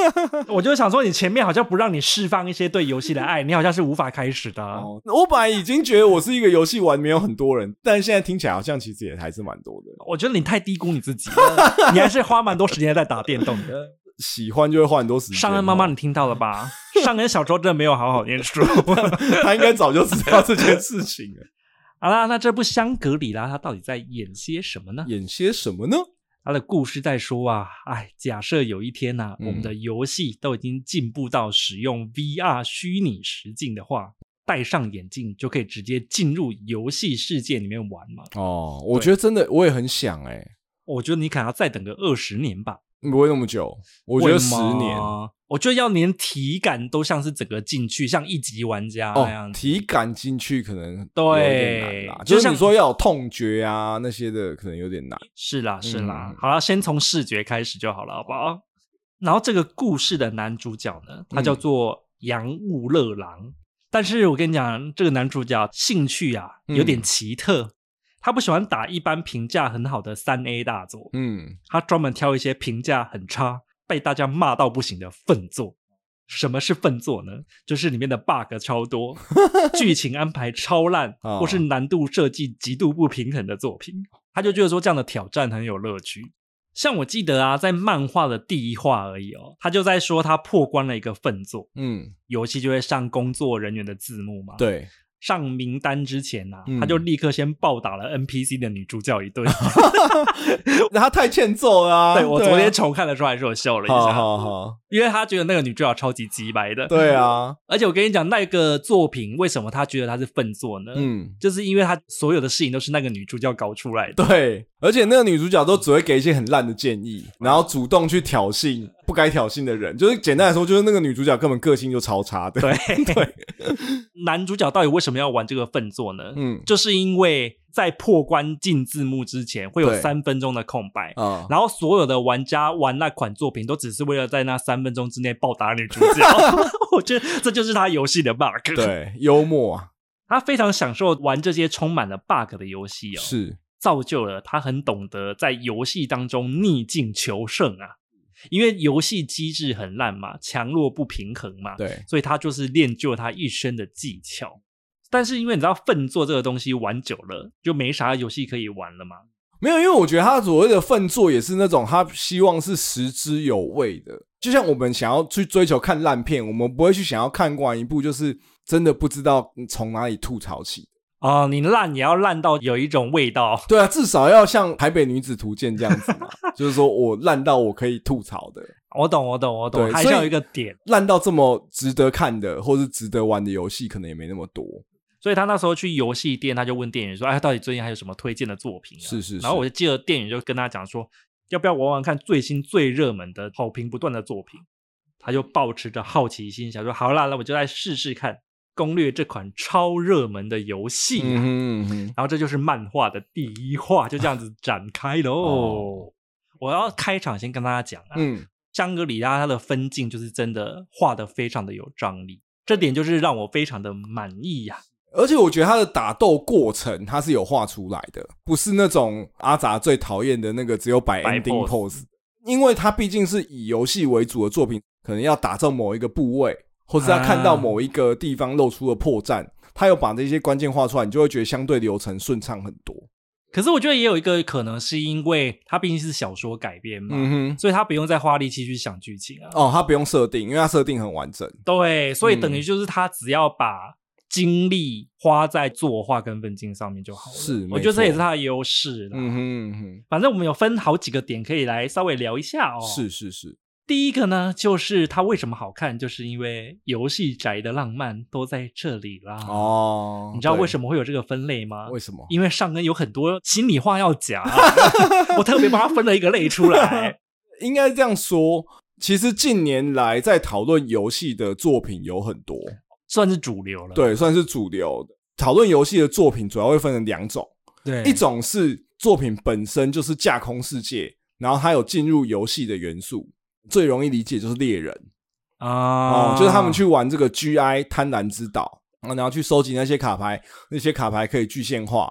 [SPEAKER 1] 我就想说，你前面好像不让你释放一些对游戏的
[SPEAKER 2] (laughs)
[SPEAKER 1] 爱，你好像是无法开始的啊。
[SPEAKER 2] 哦，我本来已经觉得我是一个游戏玩没有很多人，但现在听起来好像其实也还是蛮多的。
[SPEAKER 1] 我觉得你太低估你自己了， (laughs) 你还是花蛮多时间在打电动
[SPEAKER 2] (laughs)
[SPEAKER 1] 的。
[SPEAKER 2] 喜欢就会花很多时间。
[SPEAKER 1] 上恩妈妈，你听到了
[SPEAKER 2] (laughs)
[SPEAKER 1] 吧？上恩小时候真的没有好好念书。 (laughs)
[SPEAKER 2] 他应该早就知道这件事情了。
[SPEAKER 1] 好啦，那这部《香格里拉》它到底在 (laughs) 演些什么呢？
[SPEAKER 2] 演些什么呢？
[SPEAKER 1] 他的故事在说啊，哎，假设有一天呐、
[SPEAKER 2] 嗯
[SPEAKER 1] 我们的游戏都已经进步到使用 VR 虚拟实境的话，戴上眼镜就可以直接进入游戏世界里面玩嘛。
[SPEAKER 2] 哦，我觉得真的我也很想哎、
[SPEAKER 1] 我觉得你可能要再等个二十年吧，
[SPEAKER 2] 不会那么久，我觉得十
[SPEAKER 1] 会吗
[SPEAKER 2] 年。，哦
[SPEAKER 1] 我觉得要连体感都像是整个进去，像一级玩家那
[SPEAKER 2] 哦
[SPEAKER 1] 样，子。
[SPEAKER 2] 体感进去可能
[SPEAKER 1] 对
[SPEAKER 2] 有点难啦，
[SPEAKER 1] 就
[SPEAKER 2] 就
[SPEAKER 1] 是像
[SPEAKER 2] 你说要有痛觉啊那些的，可能有点难。
[SPEAKER 1] 是啦，是啦，
[SPEAKER 2] 嗯
[SPEAKER 1] 好了，先从视觉开始就好了，好不好？然后这个故事的男主角呢，他叫做杨务乐郎，但是我跟你讲，这个男主角兴趣啊有点奇特，他不喜欢打一般评价很好的三 A 大作，
[SPEAKER 2] 嗯，
[SPEAKER 1] 他专门挑一些评价很差、被大家骂到不行的粪作。什么是粪作呢？就是里面的 bug 超多，剧情安排超烂，
[SPEAKER 2] (laughs) 哦
[SPEAKER 1] 或是难度设计极度不平衡的作品。他就觉得说这样的挑战很有乐趣。像我记得啊，在漫画的第一话而已哦，他就在说他破关了一个粪作，
[SPEAKER 2] 嗯，
[SPEAKER 1] 游戏就会上工作人员的字幕嘛。，
[SPEAKER 2] 对， (laughs)
[SPEAKER 1] 上名单之前呐、
[SPEAKER 2] 嗯
[SPEAKER 1] 他就立刻先暴打了 NPC 的女主角一
[SPEAKER 2] (laughs)
[SPEAKER 1] 顿。
[SPEAKER 2] 那他太欠揍啦、
[SPEAKER 1] 对我
[SPEAKER 2] 啊
[SPEAKER 1] 昨天重看的时候还是我笑了一
[SPEAKER 2] 好
[SPEAKER 1] 下，
[SPEAKER 2] 好好，
[SPEAKER 1] 因为他觉得那个女主角超级鸡白的。
[SPEAKER 2] 对，啊，
[SPEAKER 1] 而且我跟你讲，那个作品为什么他觉得他是粪作呢？
[SPEAKER 2] 嗯，
[SPEAKER 1] 就是因为他所有的事情都是那个女主角搞出来的。
[SPEAKER 2] 对，而且那个女主角都只会给一些很烂的建议，然后主动去挑衅不该挑衅的人，就是简单来说，就是那个女主角根本个性就超差
[SPEAKER 1] (laughs)
[SPEAKER 2] 的。
[SPEAKER 1] 对对，男主角到底为什么要玩这个粪作呢？
[SPEAKER 2] (laughs) 嗯
[SPEAKER 1] 就是因为在破关进字幕之前会有
[SPEAKER 2] 对
[SPEAKER 1] 三分钟的空白。
[SPEAKER 2] 啊，
[SPEAKER 1] 然后所有的玩家玩那款作品，都只是为了在那三分钟之内暴打女主
[SPEAKER 2] (laughs)
[SPEAKER 1] 角。我觉得这就是他游戏的 bug。，
[SPEAKER 2] 对，幽默啊，
[SPEAKER 1] 他非常享受玩这些充满了 bug 的游戏哦。
[SPEAKER 2] 是
[SPEAKER 1] 造就了他很懂得在游戏当中逆境求胜啊。因为游戏机制很烂嘛，强弱不平衡嘛，
[SPEAKER 2] 对，
[SPEAKER 1] 所以他就是练就了他一身的技巧。但是因为你知道粪作这个东西玩久了，就没啥游戏可以玩了嘛。
[SPEAKER 2] 没有，因为我觉得他所谓的粪作也是那种他希望是食之有味的，就像我们想要去追求看烂片，我们不会去想要看完一部就是真的不知道从哪里吐槽起。
[SPEAKER 1] 哦，你烂也要烂到有一种味道。
[SPEAKER 2] 对啊，至少要像《台北女子图鉴》这样子
[SPEAKER 1] (laughs)
[SPEAKER 2] 嘛，就是说我烂到我可以吐槽的。
[SPEAKER 1] 我懂，我懂，我懂，
[SPEAKER 2] 对
[SPEAKER 1] 哦还是
[SPEAKER 2] 所以
[SPEAKER 1] 要有一个点。
[SPEAKER 2] 烂到这么值得看的，或是值得玩的游戏，可能也没那么多。
[SPEAKER 1] 所以他那时候去游戏店，他就问店员说：“哎，到底最近还有什么推荐的作品、啊？”
[SPEAKER 2] 是是是
[SPEAKER 1] 然后我就记得店员就跟他讲说：“要不要玩玩看最新最热门的好评不断的作品？”他就抱持着好奇心想说：“好啦，那我就来试试看。”攻略这款超热门的游戏啊、
[SPEAKER 2] 嗯哼嗯哼，
[SPEAKER 1] 然后这就是漫画的第一话，就这样子展开喽。
[SPEAKER 2] 哦
[SPEAKER 1] 我要开场先跟大家讲啊，
[SPEAKER 2] 嗯
[SPEAKER 1] 香格里拉它的分镜就是真的画的非常的有张力，这点就是让我非常的满意呀、
[SPEAKER 2] 而且我觉得他的打斗过程他是有画出来的，不是那种阿杂最讨厌的那个只有摆
[SPEAKER 1] 摆
[SPEAKER 2] ending
[SPEAKER 1] pose
[SPEAKER 2] pose，因为他毕竟是以游戏为主的作品，可能要打中某一个部位，或是他看到
[SPEAKER 1] 啊
[SPEAKER 2] 某一个地方露出了破绽，他有把这些关键画出来，你就会觉得相对流程顺畅很多。
[SPEAKER 1] 可是我觉得也有一个可能是因为它毕竟是小说改编嘛，
[SPEAKER 2] 嗯哼，
[SPEAKER 1] 所以他不用再花力气去想剧情啊。
[SPEAKER 2] 哦，他不用设定，因为他设定很完整。
[SPEAKER 1] 对，所以等于就是他只要把精力花在作画跟分镜上面就好了。
[SPEAKER 2] 是
[SPEAKER 1] 啊我
[SPEAKER 2] 没
[SPEAKER 1] 觉得这也
[SPEAKER 2] 错
[SPEAKER 1] 是他的优势啦。
[SPEAKER 2] 嗯哼嗯
[SPEAKER 1] 反正我们有分好几个点可以来稍微聊一下哦。
[SPEAKER 2] 哼，是是是，
[SPEAKER 1] 第一个呢，就是它为什么好看，就是因为游戏宅的浪漫都在这里啦。，
[SPEAKER 2] 哦，
[SPEAKER 1] 你知道为什
[SPEAKER 2] 么？
[SPEAKER 1] 么会有这个分类吗？
[SPEAKER 2] 为什么？
[SPEAKER 1] 因为上恩有很多心里话要讲，啊 (laughs) 我特别帮他分了一个类出来。
[SPEAKER 2] 应该这样说，其实近年来在讨论游戏的作品有很多，
[SPEAKER 1] 算是主流了，
[SPEAKER 2] 对，算是主流的。讨论游戏的作品主要会分成两种，
[SPEAKER 1] 对
[SPEAKER 2] 一种是作品本身就是架空世界，然后它有进入游戏的元素，最容易理解就是猎人哦、
[SPEAKER 1] 啊、
[SPEAKER 2] 就是他们去玩这个 GI 贪婪之岛，啊然后去收集那些卡牌，那些卡牌可以具现化。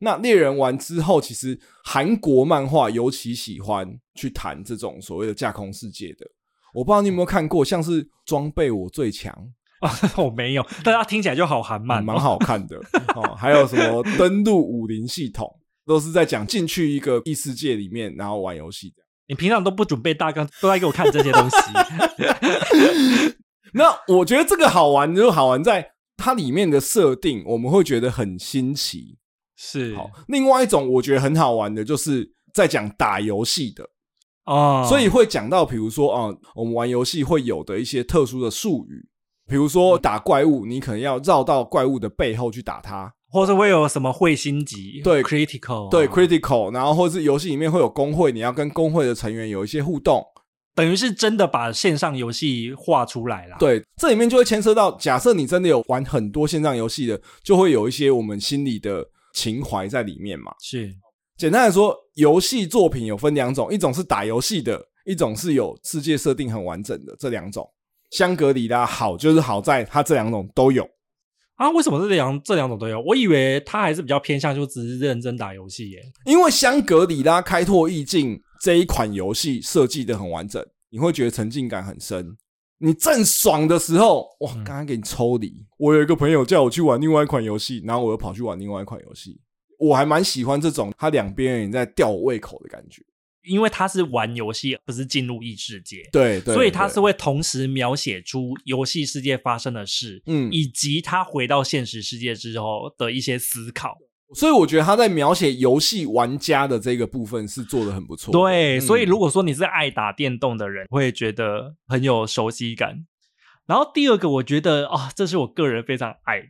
[SPEAKER 2] 那猎人完之后，其实韩国漫画尤其喜欢去谈这种所谓的架空世界的。我不知道你有没有看过，像是《装备我最强》，
[SPEAKER 1] (laughs) 我没有，但它听起来就好韩漫、
[SPEAKER 2] 蛮。好看的哦。还有什么登录武林系统，都是在讲进去一个异世界里面，然后玩游戏的。
[SPEAKER 1] 你平常都不准备大纲，都在给我看这些
[SPEAKER 2] (laughs)
[SPEAKER 1] 东西。
[SPEAKER 2] 那我觉得这个好玩，就好玩在它里面的设定，我们会觉得很新奇。
[SPEAKER 1] 是，
[SPEAKER 2] 好，另外一种我觉得很好玩的，就是在讲打游戏的，
[SPEAKER 1] 哦，
[SPEAKER 2] 所以会讲到，比如说啊、我们玩游戏会有的一些特殊的术语，比如说打怪物，你可能要绕到怪物的背后去打它，
[SPEAKER 1] 或者会有什么会心级，
[SPEAKER 2] 对
[SPEAKER 1] ，critical，啊
[SPEAKER 2] 对，critical，然后或是游戏里面会有工会，你要跟工会的成员有一些互动，
[SPEAKER 1] 等于是真的把线上游戏画出来啦。，
[SPEAKER 2] 对，这里面就会牵涉到，假设你真的有玩很多线上游戏的，就会有一些我们心里的情怀在里面嘛。
[SPEAKER 1] 是
[SPEAKER 2] 简单来说，游戏作品有分两种，一种是打游戏的，一种是有世界设定很完整的，这两种。香格里拉好就是好在它这两种都有，
[SPEAKER 1] 啊。为什么这两这两种都有？我以为他还是比较偏向就只是认真打游戏耶。
[SPEAKER 2] 因为香格里拉开拓意境这一款游戏设计的很完整，你会觉得沉浸感很深。你正爽的时候，哇，
[SPEAKER 1] 嗯
[SPEAKER 2] 刚刚给你抽离。我有一个朋友叫我去玩另外一款游戏，然后我又跑去玩另外一款游戏。我还蛮喜欢这种它两边人在吊我胃口的感觉。
[SPEAKER 1] 因为他是玩游戏，不是进入异世界，
[SPEAKER 2] 对对，
[SPEAKER 1] 所以他
[SPEAKER 2] 对
[SPEAKER 1] 是会同时描写出游戏世界发生的事，
[SPEAKER 2] 嗯
[SPEAKER 1] 以及他回到现实世界之后的一些思考。
[SPEAKER 2] 所以我觉得他在描写游戏玩家的这个部分是做的很不错的。
[SPEAKER 1] 对，
[SPEAKER 2] 嗯
[SPEAKER 1] 所以如果说你是爱打电动的人，会觉得很有熟悉感。然后第二个，我觉得啊、这是我个人非常爱的，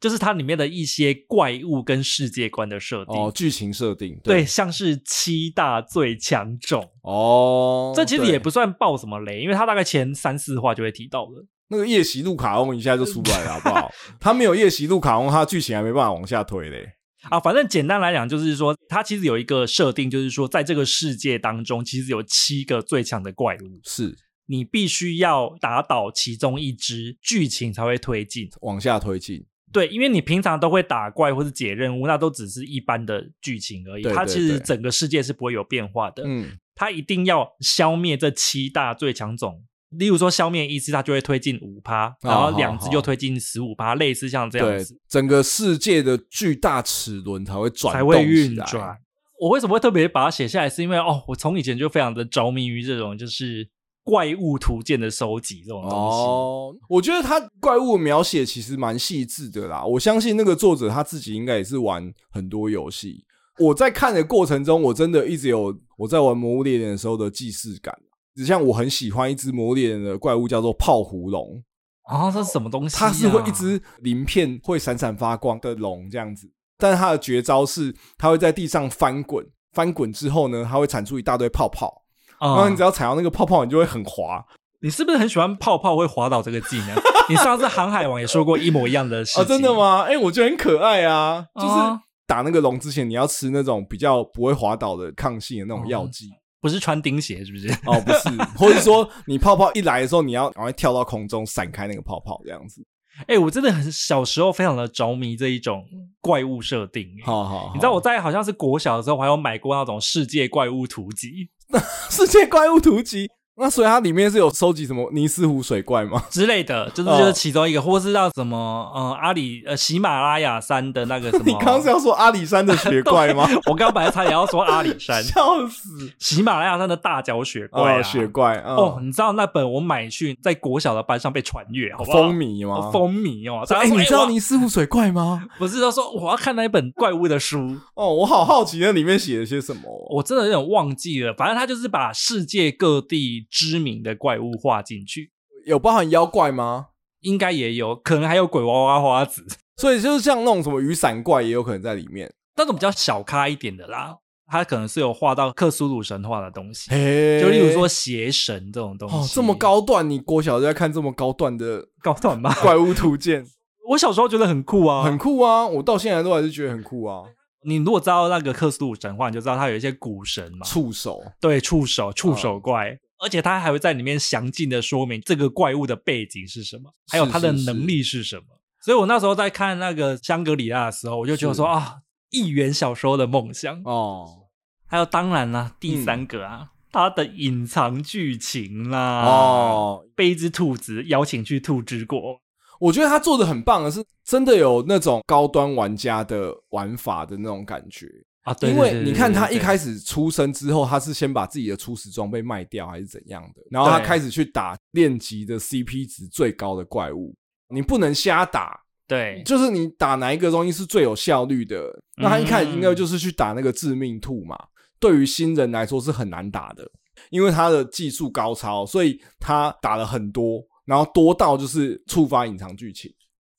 [SPEAKER 1] 就是它里面的一些怪物跟世界观的设定。
[SPEAKER 2] 哦，剧情设定
[SPEAKER 1] 对，像是七大最强种，
[SPEAKER 2] 哦，
[SPEAKER 1] 这其实
[SPEAKER 2] 对
[SPEAKER 1] 也不算爆什么雷，因为它大概前三四话就会提到的。
[SPEAKER 2] 那个夜袭路卡翁一下就出来了，好不
[SPEAKER 1] (laughs)
[SPEAKER 2] 好？他没有夜袭路卡翁，他剧情还没办法往下推嘞。
[SPEAKER 1] 啊，反正简单来讲，就是说它其实有一个设定，就是说在这个世界当中，其实有七个最强的怪物，
[SPEAKER 2] 是
[SPEAKER 1] 你必须要打倒其中一只，剧情才会推进。
[SPEAKER 2] 往下推进，
[SPEAKER 1] 对，因为你平常都会打怪或是解任务，那都只是一般的剧情而已。
[SPEAKER 2] 对
[SPEAKER 1] 它
[SPEAKER 2] 对
[SPEAKER 1] 其实
[SPEAKER 2] 对
[SPEAKER 1] 整个世界是不会有变化的。
[SPEAKER 2] 嗯，
[SPEAKER 1] 它一定要消灭这七大最强种，例如说消灭一只，它就会推进五趴，然后
[SPEAKER 2] 哦好
[SPEAKER 1] 两只就推进十五趴，类似像这样
[SPEAKER 2] 对
[SPEAKER 1] 子，
[SPEAKER 2] 整个世界的巨大齿轮才会转，
[SPEAKER 1] 才会运转。。我为什么会特别把它写下来，是因为哦，我从以前就非常的着迷于这种就是怪物图鉴的收集这种东西。
[SPEAKER 2] 哦，我觉得他怪物的描写其实蛮细致的啦。我相信那个作者他自己应该也是玩很多游戏。我在看的过程中，我真的一直有我在玩《魔物猎人》的时候的既视感。只像我很喜欢一只《魔物猎人》的怪物，叫做泡芙龙，
[SPEAKER 1] 啊，这是什么东西、啊？
[SPEAKER 2] 它是会一只鳞片会闪闪发光的龙这样子，但是它的绝招是它会在地上翻滚，翻滚之后呢，它会产出一大堆泡泡，然
[SPEAKER 1] 啊、
[SPEAKER 2] 后你只要踩到那个泡泡，你就会很滑， (laughs)
[SPEAKER 1] 你是不是很喜欢泡泡会滑倒这个技能？你上次《航海王》也说过一模一样的事情，
[SPEAKER 2] 啊，真的？吗？哎、我觉得很可爱啊，就是
[SPEAKER 1] 哦
[SPEAKER 2] 打那个龙之前，你要吃那种比较不会滑倒的抗性的那种药剂。
[SPEAKER 1] 不是穿钉鞋是不是？
[SPEAKER 2] 哦，不是，或者说你泡泡一来的时候，你要赶快跳到空中闪开那个泡泡，这样子。
[SPEAKER 1] (laughs) 哎、我真的很小时候非常的着迷这一种怪物设定。
[SPEAKER 2] 好好，好
[SPEAKER 1] 你知道我在好像是国小的时候，我还有买过那种世界怪物图集
[SPEAKER 2] (laughs) 世界怪物图集，那所以它里面是有收集什么尼斯湖水怪吗？
[SPEAKER 1] 之类的，就是
[SPEAKER 2] 哦
[SPEAKER 1] 就是其中一个，或是让什么呃阿里呃喜马拉雅山的那个什么，啊
[SPEAKER 2] (laughs) 你刚刚是要说阿里山的雪怪
[SPEAKER 1] (laughs)
[SPEAKER 2] 吗？
[SPEAKER 1] 我刚刚本来差点要说阿里山
[SPEAKER 2] 笑死！
[SPEAKER 1] 喜马拉雅山的大脚雪怪、啊
[SPEAKER 2] 哦，雪怪啊，
[SPEAKER 1] 哦，你知道那本我买去在国小的班上被传阅，好不好？
[SPEAKER 2] 风靡吗？
[SPEAKER 1] 哦风靡哦！
[SPEAKER 2] 说。
[SPEAKER 1] 大
[SPEAKER 2] 哎、
[SPEAKER 1] 家说
[SPEAKER 2] 你知道
[SPEAKER 1] 我
[SPEAKER 2] 尼斯湖水怪
[SPEAKER 1] (laughs)
[SPEAKER 2] 吗？
[SPEAKER 1] 不是他说我要看那一本怪物的书，
[SPEAKER 2] 哦，我好好奇那里面写了些什么哦。
[SPEAKER 1] 我真的有点忘记了。反正他就是把世界各地知名的怪物画进去，
[SPEAKER 2] 有包含妖怪吗？
[SPEAKER 1] 应该也有可能还有鬼娃娃花子
[SPEAKER 2] 所以就是像那种什么雨伞怪也有可能在里面。
[SPEAKER 1] 那种比较小咖一点的啦。他可能是有画到克苏鲁神话的东西，
[SPEAKER 2] 嘿
[SPEAKER 1] 就例如说邪神这种东西。
[SPEAKER 2] 哦，这么高段，你国小就在看这么高段的
[SPEAKER 1] 高段吗？ (laughs)
[SPEAKER 2] 怪物图鉴，
[SPEAKER 1] 我小时候觉得很酷啊，
[SPEAKER 2] 很酷啊！我到现在都还是觉得很酷啊。
[SPEAKER 1] 你如果知道那个克苏鲁神话，你就知道它有一些古神嘛，
[SPEAKER 2] 触手，
[SPEAKER 1] 对，触手触
[SPEAKER 2] 嗯
[SPEAKER 1] 手怪，而且它还会在里面详尽的说明这个怪物的背景是什么，还有它的
[SPEAKER 2] 是是
[SPEAKER 1] 能力是什么。所以我那时候在看那个香格里拉的时候，我就觉得说
[SPEAKER 2] 是
[SPEAKER 1] 啊，议员小时候的梦想。
[SPEAKER 2] 哦嗯
[SPEAKER 1] 还有当然啦、第三个啊，它的隐藏剧情啦，，
[SPEAKER 2] 哦，
[SPEAKER 1] 被一只兔子邀请去兔之国。
[SPEAKER 2] 我觉得他做的很棒的是，真的有那种高端玩家的玩法的那种感觉。
[SPEAKER 1] 啊，对
[SPEAKER 2] 因为你看他一开
[SPEAKER 1] 始
[SPEAKER 2] 始出生之后，他是先把自己的初始装备卖掉还是怎样的，然后他
[SPEAKER 1] 对
[SPEAKER 2] 开始去打练级的 CP 值最高的怪物，你不能瞎打，
[SPEAKER 1] 对
[SPEAKER 2] 就是你打哪一个东西是最有效率的。那他一开始应该
[SPEAKER 1] 嗯
[SPEAKER 2] 就是去打那个致命兔嘛，对于新人来说是很难打的，因为他的技术高超，所以他打了很多，然后多到就是触发隐藏剧情。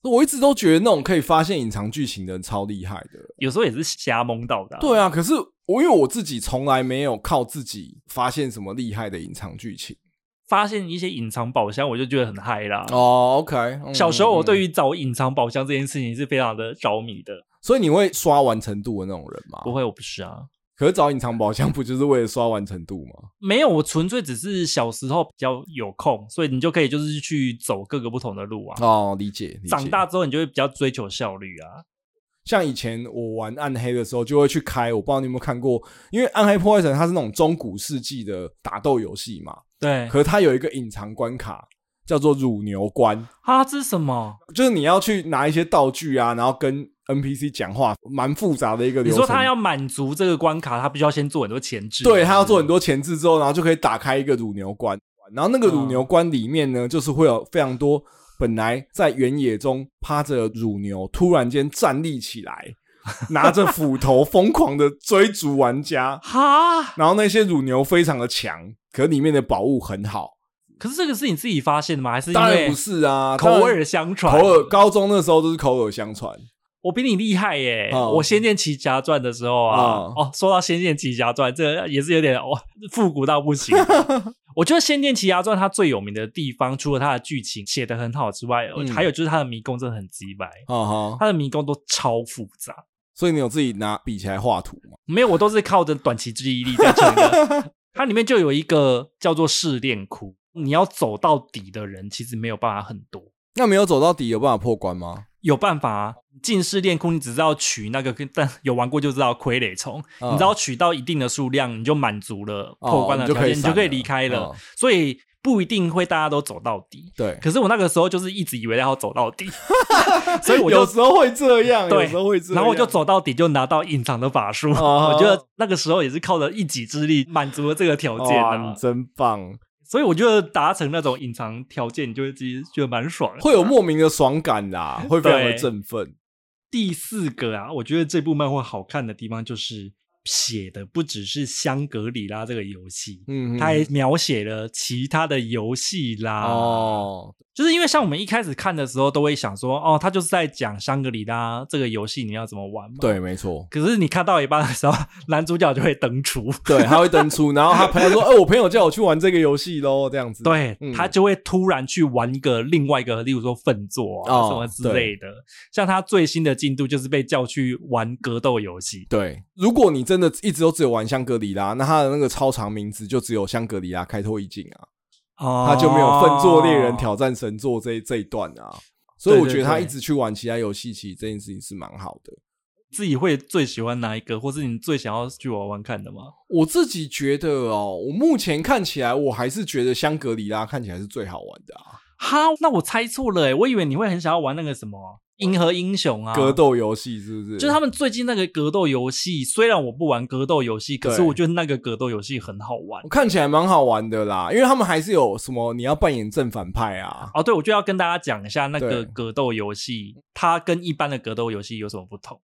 [SPEAKER 2] 我一直都觉得那种可以发现隐藏剧情的人超厉害的。
[SPEAKER 1] 有时候也是瞎蒙到的、
[SPEAKER 2] 对啊，可是我因为我自己从来没有靠自己发现什么厉害的隐藏剧情。
[SPEAKER 1] 发现一些隐藏宝箱，我就觉得很嗨啦。
[SPEAKER 2] 哦，OK，嗯
[SPEAKER 1] 小时候我对
[SPEAKER 2] 嗯
[SPEAKER 1] 于找隐藏宝箱这件事情是非常的着迷的。
[SPEAKER 2] 所以你会刷完成度的那种人吗？
[SPEAKER 1] 不。会，我不是啊，
[SPEAKER 2] 可是找隐藏宝箱不就是为了刷完成度吗？
[SPEAKER 1] 没有，我纯粹只是小时候比较有空，所以你就可以就是去走各个不同的路啊。
[SPEAKER 2] 哦，理解。理解
[SPEAKER 1] 长大之后，你就会比较追求效率啊。
[SPEAKER 2] 像以前我玩暗黑的时候，就会去开，我不知道你有没有看过，因为暗黑破坏神它是那种中古世纪的打斗游戏嘛，
[SPEAKER 1] 对
[SPEAKER 2] 可是它有一个隐藏关卡叫做乳牛关。
[SPEAKER 1] 啊，这是什么？
[SPEAKER 2] 就是你要去拿一些道具啊，然后跟 NPC 讲话，蛮复杂的一个
[SPEAKER 1] 你
[SPEAKER 2] 流程。
[SPEAKER 1] 说他要满足这个关卡，他必须要先做很多前置。
[SPEAKER 2] 对他要做很多前置之后，然后就可以打开一个乳牛关，然后那个乳牛
[SPEAKER 1] 嗯
[SPEAKER 2] 关里面呢，就是会有非常多本来在原野中趴着的乳牛，突然间站立起来，拿着斧头疯狂的追逐玩家，
[SPEAKER 1] 哈。
[SPEAKER 2] 然后那些乳牛非常的强，可里面的宝物很好，
[SPEAKER 1] 可是这个是你自己发现的吗？还是因
[SPEAKER 2] 当然
[SPEAKER 1] 为
[SPEAKER 2] 不是啊，
[SPEAKER 1] 口
[SPEAKER 2] 当
[SPEAKER 1] 耳
[SPEAKER 2] 然。
[SPEAKER 1] 相传？
[SPEAKER 2] 口耳，高中那时候都是口耳相传，
[SPEAKER 1] 我比你厉害耶！
[SPEAKER 2] 嗯
[SPEAKER 1] 我《仙剑奇侠传》的时候啊
[SPEAKER 2] 嗯，
[SPEAKER 1] 哦，说到《仙剑奇侠传》，这也是有点哦，复古到不
[SPEAKER 2] (laughs)
[SPEAKER 1] 行。我觉得《仙剑奇侠传》它最有名的地方，除了它的剧情写得很好之外，
[SPEAKER 2] 嗯
[SPEAKER 1] 还有就是它的迷宫真的很鸡白，
[SPEAKER 2] 哈哈。
[SPEAKER 1] 它的迷宫都超复杂。
[SPEAKER 2] 所以你有自己拿笔起来画图吗？
[SPEAKER 1] 没有，我都是靠着短期记忆力在撑的。它里面就有一个叫做试炼窟，你要走到底的人其实没有办法很多。
[SPEAKER 2] 那没有走到底有办法破关吗？
[SPEAKER 1] 有办法啊！近视练空，你只知道取那个，但有玩过就知道傀儡虫，
[SPEAKER 2] 嗯
[SPEAKER 1] 你只要取到一定的数量，你就满足了
[SPEAKER 2] 哦
[SPEAKER 1] 破关的
[SPEAKER 2] 你就
[SPEAKER 1] 条
[SPEAKER 2] 可以
[SPEAKER 1] 件，你就可以
[SPEAKER 2] 闪了
[SPEAKER 1] 离开了
[SPEAKER 2] 嗯。
[SPEAKER 1] 所以不一定会大家都走到底。
[SPEAKER 2] 对，
[SPEAKER 1] 可是我那个时候就是一直以为要走到
[SPEAKER 2] (laughs)
[SPEAKER 1] 底，所以我就
[SPEAKER 2] 有时候会这样，有
[SPEAKER 1] 对
[SPEAKER 2] 时候会这样，
[SPEAKER 1] 然后我就走到底，就拿到隐藏的法术。
[SPEAKER 2] 哦
[SPEAKER 1] 我觉得那个时候也是靠着一己之力满足了这个条件
[SPEAKER 2] 哇
[SPEAKER 1] 啊
[SPEAKER 2] 哦你，真棒，
[SPEAKER 1] 所以我觉得达成那种隐藏条件，你就会自己觉得蛮爽的。
[SPEAKER 2] 会有莫名的爽感啦，会非常的振奋。
[SPEAKER 1] 第四个啊，我觉得这部漫画好看的地方就是写的不只是香格里拉这个游戏，
[SPEAKER 2] 嗯，
[SPEAKER 1] 它还描写了其他的游戏啦。，
[SPEAKER 2] 哦，
[SPEAKER 1] 就是因为像我们一开始看的时候，都会想说，哦，他就是在讲香格里拉这个游戏你要怎么玩嘛。。
[SPEAKER 2] 对，没错，
[SPEAKER 1] 可是你看到一半的时候，男主角就会登出，
[SPEAKER 2] 对，他会登出，然后他朋友说：“哎、我朋友叫我去玩这个游戏喽。”这样子，
[SPEAKER 1] 对、
[SPEAKER 2] 嗯
[SPEAKER 1] 他就会突然去玩一个另外一个，例如说粪作啊、
[SPEAKER 2] 哦
[SPEAKER 1] 什么之类的。像他最新的进度就是被叫去玩格斗游戏，
[SPEAKER 2] 对，如果你真的一直都只有玩香格里拉，那他的那个超长名字就只有香格里拉开拓意境啊，
[SPEAKER 1] 哦
[SPEAKER 2] 他就没有粪作猎人挑战神作这一这一段啊。所以
[SPEAKER 1] 对
[SPEAKER 2] 我
[SPEAKER 1] 对
[SPEAKER 2] 觉得他
[SPEAKER 1] 对
[SPEAKER 2] 一直去玩其他游戏，其实这件事情是蛮好的。
[SPEAKER 1] 自己会最喜欢哪一个，或是你最想要去玩玩看的吗？
[SPEAKER 2] 我自己觉得哦，我目前看起来，我还是觉得香格里拉看起来是最好玩的啊，
[SPEAKER 1] 哈，那我猜错了诶，欸我以为你会很想要玩那个什么银河英雄啊，
[SPEAKER 2] 格。斗游戏是不是？
[SPEAKER 1] 就是他们最近那个格斗游戏，虽然我不玩格斗游戏，可是
[SPEAKER 2] 对
[SPEAKER 1] 我觉得那个格斗游戏很好玩。
[SPEAKER 2] 看起来蛮好玩的啦，因为他们还是有什么你要扮演正反派啊，
[SPEAKER 1] 哦，对，我就要跟大家讲一下那个
[SPEAKER 2] 对
[SPEAKER 1] 格斗游戏，它跟一般的格斗游戏有什么不同？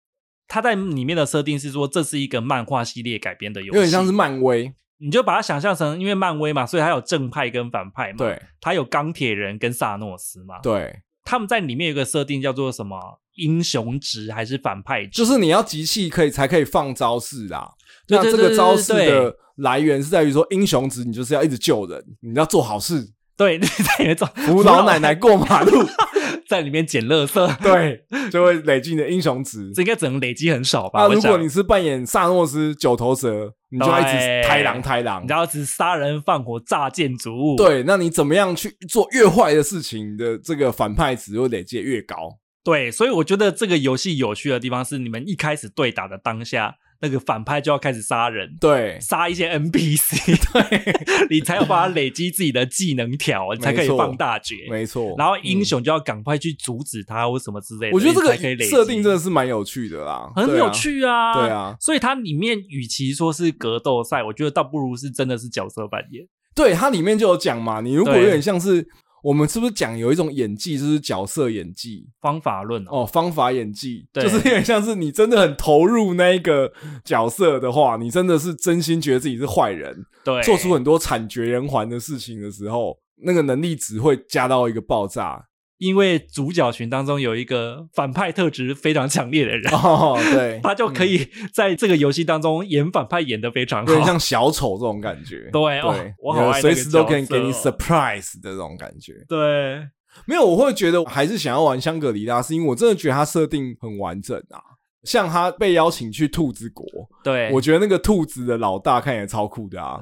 [SPEAKER 1] 它在里面的设定是说，这是一个漫画系列改编的游
[SPEAKER 2] 有
[SPEAKER 1] 戏，嗯
[SPEAKER 2] 点像是漫威，
[SPEAKER 1] 你就把它想象成，因为漫威嘛，所以它有正派跟反派嘛，，
[SPEAKER 2] 对
[SPEAKER 1] 它有钢铁人跟萨诺斯嘛，
[SPEAKER 2] 对，
[SPEAKER 1] 他们在里面有一个设定叫做什么英雄值还是反派值？
[SPEAKER 2] 就是你要集气可以才可以放招式啦。
[SPEAKER 1] 对
[SPEAKER 2] 那
[SPEAKER 1] 对
[SPEAKER 2] 这
[SPEAKER 1] 对
[SPEAKER 2] 个
[SPEAKER 1] 对
[SPEAKER 2] 招式
[SPEAKER 1] 对
[SPEAKER 2] 的来源是在于说，英雄值你就是要一直救人，你要做好
[SPEAKER 1] (laughs)
[SPEAKER 2] 事，
[SPEAKER 1] 对，你在里面找
[SPEAKER 2] 扶老奶奶，过马路，
[SPEAKER 1] (laughs) 在里面捡垃圾，
[SPEAKER 2] 对，就会累积你的英
[SPEAKER 1] (laughs)
[SPEAKER 2] 雄值。
[SPEAKER 1] 这应该只能累积很少吧？
[SPEAKER 2] 啊，
[SPEAKER 1] 我
[SPEAKER 2] 如
[SPEAKER 1] 想
[SPEAKER 2] 果你是扮演萨诺斯九头蛇，你就要一直
[SPEAKER 1] 对
[SPEAKER 2] 豺狼豺狼
[SPEAKER 1] 你知。道只杀人放火炸建筑物，
[SPEAKER 2] 对，那你怎么样去做越坏的事情的这个反派值会累积得越高？
[SPEAKER 1] 对，所以我觉得这个游戏有趣的地方是，你们一开始对打的当下，那个反派就要开始杀人，
[SPEAKER 2] 对，
[SPEAKER 1] 杀一些
[SPEAKER 2] (laughs)
[SPEAKER 1] NPC，对你才有办法累积自己的技能条，你才可以
[SPEAKER 2] 没错
[SPEAKER 1] 放大决。
[SPEAKER 2] 没错。嗯
[SPEAKER 1] 然后英雄就要赶快去阻止他或什么之类的，
[SPEAKER 2] 我觉得这
[SPEAKER 1] 你才可以
[SPEAKER 2] 个
[SPEAKER 1] 累积
[SPEAKER 2] 设定真的是蛮有趣的啦，
[SPEAKER 1] 很有趣啊，
[SPEAKER 2] 对啊。对。啊，
[SPEAKER 1] 所以它里面与其说是格斗赛，我觉得倒不如是真的是角色扮演。
[SPEAKER 2] 对，它里面就有讲嘛，你如果
[SPEAKER 1] 对
[SPEAKER 2] 有点像是我们是不是讲有一种演技，就是角色演技
[SPEAKER 1] 方法论哦，
[SPEAKER 2] 哦，方法演技，
[SPEAKER 1] 对
[SPEAKER 2] 就是有点像是你真的很投入那一个角色的话，你真的是真心觉得自己是坏人，
[SPEAKER 1] 对，
[SPEAKER 2] 做出很多惨绝人寰的事情的时候，那个能力值会加到一个爆炸。
[SPEAKER 1] (laughs) 因为主角群当中有一个反派特质非常强烈的人，
[SPEAKER 2] 哦，
[SPEAKER 1] (laughs)
[SPEAKER 2] 对，
[SPEAKER 1] 他就可以在这个游戏当中演反派演的非常
[SPEAKER 2] 有点
[SPEAKER 1] 好。
[SPEAKER 2] 像小丑这种感觉。
[SPEAKER 1] 对哦
[SPEAKER 2] 对，
[SPEAKER 1] 我好爱那个
[SPEAKER 2] 随时都可以
[SPEAKER 1] 角色
[SPEAKER 2] 给你
[SPEAKER 1] 哦
[SPEAKER 2] surprise 的这种感觉。
[SPEAKER 1] 对，
[SPEAKER 2] 没有，我会觉得我还是想要玩香格里拉，是因为我真的觉得它设定很完整啊。像他被邀请去兔子国，
[SPEAKER 1] 对，
[SPEAKER 2] 我觉得那个兔子的老大看起来超酷
[SPEAKER 1] (laughs)
[SPEAKER 2] 的啊，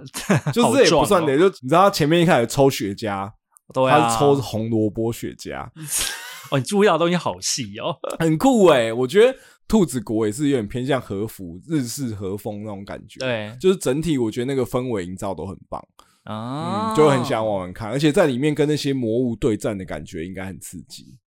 [SPEAKER 2] 就是这也不算
[SPEAKER 1] 好哦
[SPEAKER 2] 的，就你知道他前面一开始抽雪茄，
[SPEAKER 1] 啊对啊，
[SPEAKER 2] 他是抽红萝卜雪茄，
[SPEAKER 1] 哦，你注意到的东西好细哦。
[SPEAKER 2] 很酷诶、我觉得兔子国也是有点偏向和服日式和风那种感觉，，
[SPEAKER 1] 对
[SPEAKER 2] 就是整体我觉得那个氛围营造都很棒，
[SPEAKER 1] 啊
[SPEAKER 2] 嗯，就很想。玩玩看，而且在里面跟那些魔物对战的感觉应该很刺激。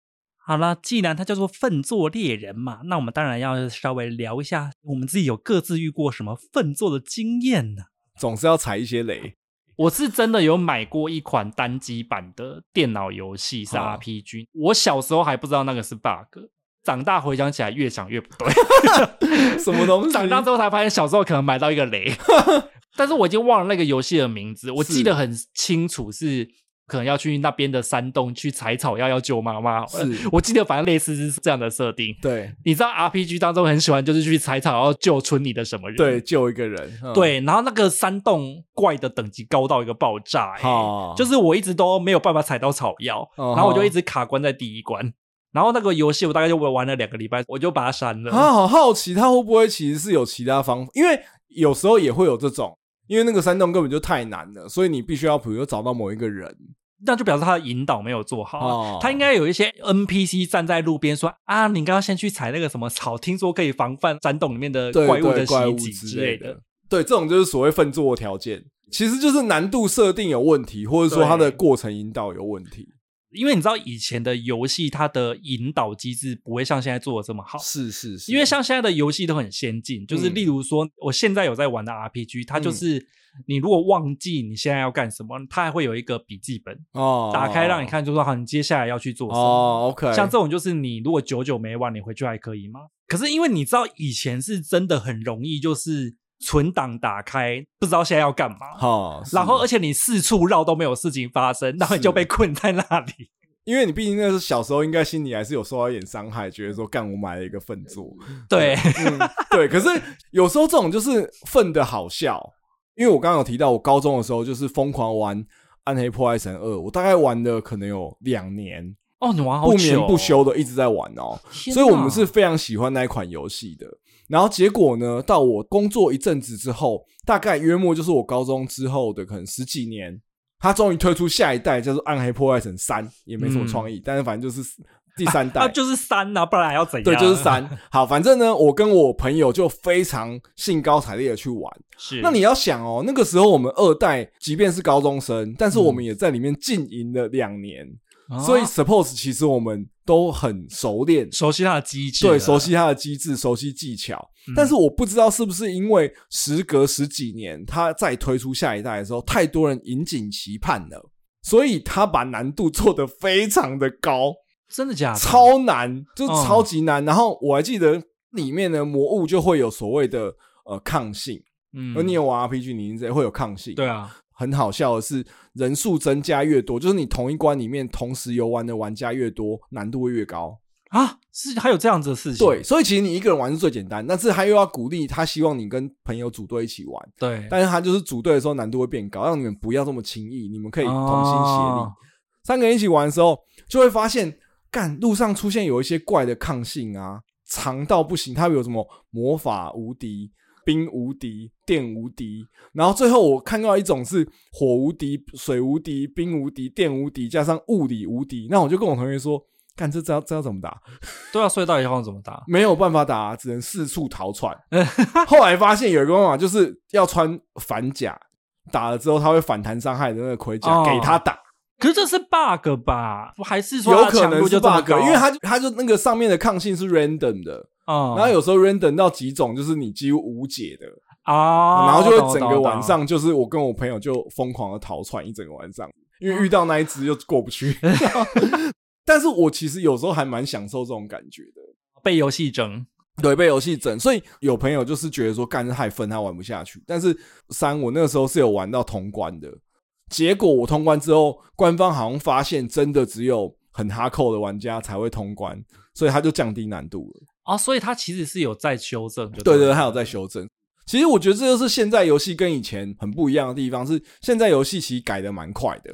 [SPEAKER 1] 好啦，既然它叫做粪作猎人嘛，那我们当然要稍微聊一下，我们自己有各自遇过什么粪作的经验呢？
[SPEAKER 2] 总是要踩一些雷，
[SPEAKER 1] 我是真的有买过一款单机版的电脑游戏是
[SPEAKER 2] 哦
[SPEAKER 1] RPG，、我小时候还不知道那个是 bug，长大回想起来越想越不 (laughs) 对。
[SPEAKER 2] 什么东西？
[SPEAKER 1] (laughs) 长大之后才发现，小时候可能买到一个雷， (laughs) 但是我已经忘了那个游戏的名字，我
[SPEAKER 2] 是
[SPEAKER 1] 记得很清楚是。可能要去那边的山洞去采草药，要救妈妈。
[SPEAKER 2] 是
[SPEAKER 1] 我记得反正类似是这样的设定。
[SPEAKER 2] 对
[SPEAKER 1] 你知道 RPG 当中很喜欢就是去采草药救村里的什么人？
[SPEAKER 2] 对，救一个人，嗯，
[SPEAKER 1] 对，然后那个山洞怪的等级高到一个爆炸、欸，
[SPEAKER 2] 好，
[SPEAKER 1] 就是我一直都没有办法采到草药，
[SPEAKER 2] 哦
[SPEAKER 1] 然后我就一直卡关在第一关。然后那个游戏我大概就玩了两个礼拜，我就把它删了。
[SPEAKER 2] 啊，好好奇他会不会其实是有其他方法，因为有时候也会有这种，因为那个山洞根本就太难了，所以你必须要比如说找到某一个人，
[SPEAKER 1] 那就表示他的引导没有做好啊、
[SPEAKER 2] 哦
[SPEAKER 1] 他应该有一些 NPC 站在路边说：“啊，你刚刚先去采那个什么草，听说可以防范山洞里面的
[SPEAKER 2] 对
[SPEAKER 1] 怪物
[SPEAKER 2] 对
[SPEAKER 1] 的
[SPEAKER 2] 怪
[SPEAKER 1] 袭
[SPEAKER 2] 物
[SPEAKER 1] 击
[SPEAKER 2] 之
[SPEAKER 1] 类
[SPEAKER 2] 的。对，这种就是所谓分作条件，其实就是难度设定有问题，或者说它的
[SPEAKER 1] 对
[SPEAKER 2] 过程引导有问题。
[SPEAKER 1] 因为你知道以前的游戏，它的引导机制不会像现在做的这么好。
[SPEAKER 2] 是是是
[SPEAKER 1] 因为像现在的游戏都很先进，就是
[SPEAKER 2] 嗯
[SPEAKER 1] 例如说，我现在有在玩的 RPG，它就是你如果忘记你现在要干什么，它还会有一个笔记本
[SPEAKER 2] 哦，
[SPEAKER 1] 打开让你看，就说好，你接下来要去做什么。
[SPEAKER 2] 哦，OK，
[SPEAKER 1] 像这种就是你如果久久没玩，你回去还可以吗？可是因为你知道以前是真的很容易，就是存档打开，不知道现在要干嘛。 (laughs)
[SPEAKER 2] 好，是
[SPEAKER 1] 然后，而且你四处绕都没有事情发生，然后你
[SPEAKER 2] 是
[SPEAKER 1] 就被困在那里。
[SPEAKER 2] 因为你毕竟那是小时候，应该心里还是有受到一点伤害，觉得说干我买了一个粪
[SPEAKER 1] (laughs)
[SPEAKER 2] 作，
[SPEAKER 1] 对，
[SPEAKER 2] 嗯，对。可是有时候这种就是粪的好笑，因为我刚刚有提到，我高中的时候就是疯狂玩《暗黑破坏神二》，我大概玩了可能有两年，
[SPEAKER 1] 哦，你玩好
[SPEAKER 2] 不
[SPEAKER 1] 久
[SPEAKER 2] 眠
[SPEAKER 1] 哦、
[SPEAKER 2] 不休的一直在玩哦、
[SPEAKER 1] 天
[SPEAKER 2] 所以我
[SPEAKER 1] 哪
[SPEAKER 2] 们是非常喜欢那一款游戏的。然后结果呢，到我工作一阵子之后，大概约莫就是我高中之后的可能十几年，他终于推出下一代叫做《暗黑破坏神三》，也没什么创意，但是反正就是第三
[SPEAKER 1] 嗯
[SPEAKER 2] 代。
[SPEAKER 1] 啊，就是啊三呐、不然还要怎样？
[SPEAKER 2] 对，就是，
[SPEAKER 1] (laughs)
[SPEAKER 2] 三。好，反正呢，我跟我朋友就非常兴高采烈的去玩。
[SPEAKER 1] 是
[SPEAKER 2] 那你要想哦，那个时候我们二代即便是高中生，但是我
[SPEAKER 1] 嗯
[SPEAKER 2] 们也在里面浸淫了两年，
[SPEAKER 1] 啊
[SPEAKER 2] 所以 suppose 其实我们都很熟练，
[SPEAKER 1] 熟悉它的机制了，
[SPEAKER 2] 对，熟悉它的机制，熟悉技巧。
[SPEAKER 1] 嗯
[SPEAKER 2] 但是我不知道是不是因为时隔十几年，它再推出下一代的时候，太多人引颈期盼了，所以它把难度做得非常的高，
[SPEAKER 1] 真的假的？
[SPEAKER 2] 超难，就是
[SPEAKER 1] 嗯
[SPEAKER 2] 超级难。然后我还记得里面的魔物就会有所谓的呃抗性，
[SPEAKER 1] 嗯，
[SPEAKER 2] 而你有玩 RPG，你应该会有抗性。
[SPEAKER 1] 对啊，
[SPEAKER 2] 很好笑的是，人数增加越多，就是你同一关里面同时游玩的玩家越多，难度会越高。
[SPEAKER 1] 啊，是还有这样子的事情，
[SPEAKER 2] 对，所以其实你一个人玩是最简单，但是他又要鼓励他，希望你跟朋友组队一起玩，
[SPEAKER 1] 对，
[SPEAKER 2] 但是他就是组队的时候难度会变高，让你们不要这么轻易，你们可以同心协力。
[SPEAKER 1] 啊
[SPEAKER 2] 三个人一起玩的时候，就会发现，干路上出现有一些怪的抗性啊，长到不行，他们有什么魔法无敌。冰无敌，电无敌，然后最后我看到一种是火无敌、水无敌、冰无敌、电无敌，加上物理无敌。那我就跟我同学说：“干这招这要怎么打？”
[SPEAKER 1] 对啊，所以到底要怎么 (laughs) 打？
[SPEAKER 2] 没有办法打，只能四处逃窜。后来发现有一个办法，就是要穿反甲，打了之后它会反弹伤害的那个盔甲、
[SPEAKER 1] 哦
[SPEAKER 2] 给他打，
[SPEAKER 1] 可是这是 bug 吧？还是说
[SPEAKER 2] 有
[SPEAKER 1] 它
[SPEAKER 2] 可
[SPEAKER 1] 强
[SPEAKER 2] 能
[SPEAKER 1] 度
[SPEAKER 2] 是
[SPEAKER 1] 就这么
[SPEAKER 2] bug，
[SPEAKER 1] 高
[SPEAKER 2] 因为它它就那个上面的抗性是 random 的，
[SPEAKER 1] 嗯
[SPEAKER 2] 然后有时候 random 到几种就是你几乎无解的，
[SPEAKER 1] 啊，
[SPEAKER 2] 然后就
[SPEAKER 1] 懂
[SPEAKER 2] 会整
[SPEAKER 1] 懂
[SPEAKER 2] 个
[SPEAKER 1] 懂
[SPEAKER 2] 晚上就是我跟我朋友就疯狂的逃窜一整个晚上，因为遇到那一只就过
[SPEAKER 1] (laughs)
[SPEAKER 2] 不去。但是我其实有时候还蛮享受这种感觉的。
[SPEAKER 1] 被游戏整，
[SPEAKER 2] 对，被游戏整，所以有朋友就是觉得说干这太分，他玩不下去。但是三，我那个时候是有玩到通关的，结果我通关之后，官方好像发现真的只有很哈扣的玩家才会通关，所以他就降低难度了。
[SPEAKER 1] 啊，所以它其实是有在修正就
[SPEAKER 2] 对
[SPEAKER 1] 对
[SPEAKER 2] 对，
[SPEAKER 1] 了
[SPEAKER 2] 他有在修正。其实我觉得这就是现在游戏跟以前很不一样的地方，是现在游戏其实改的蛮快的。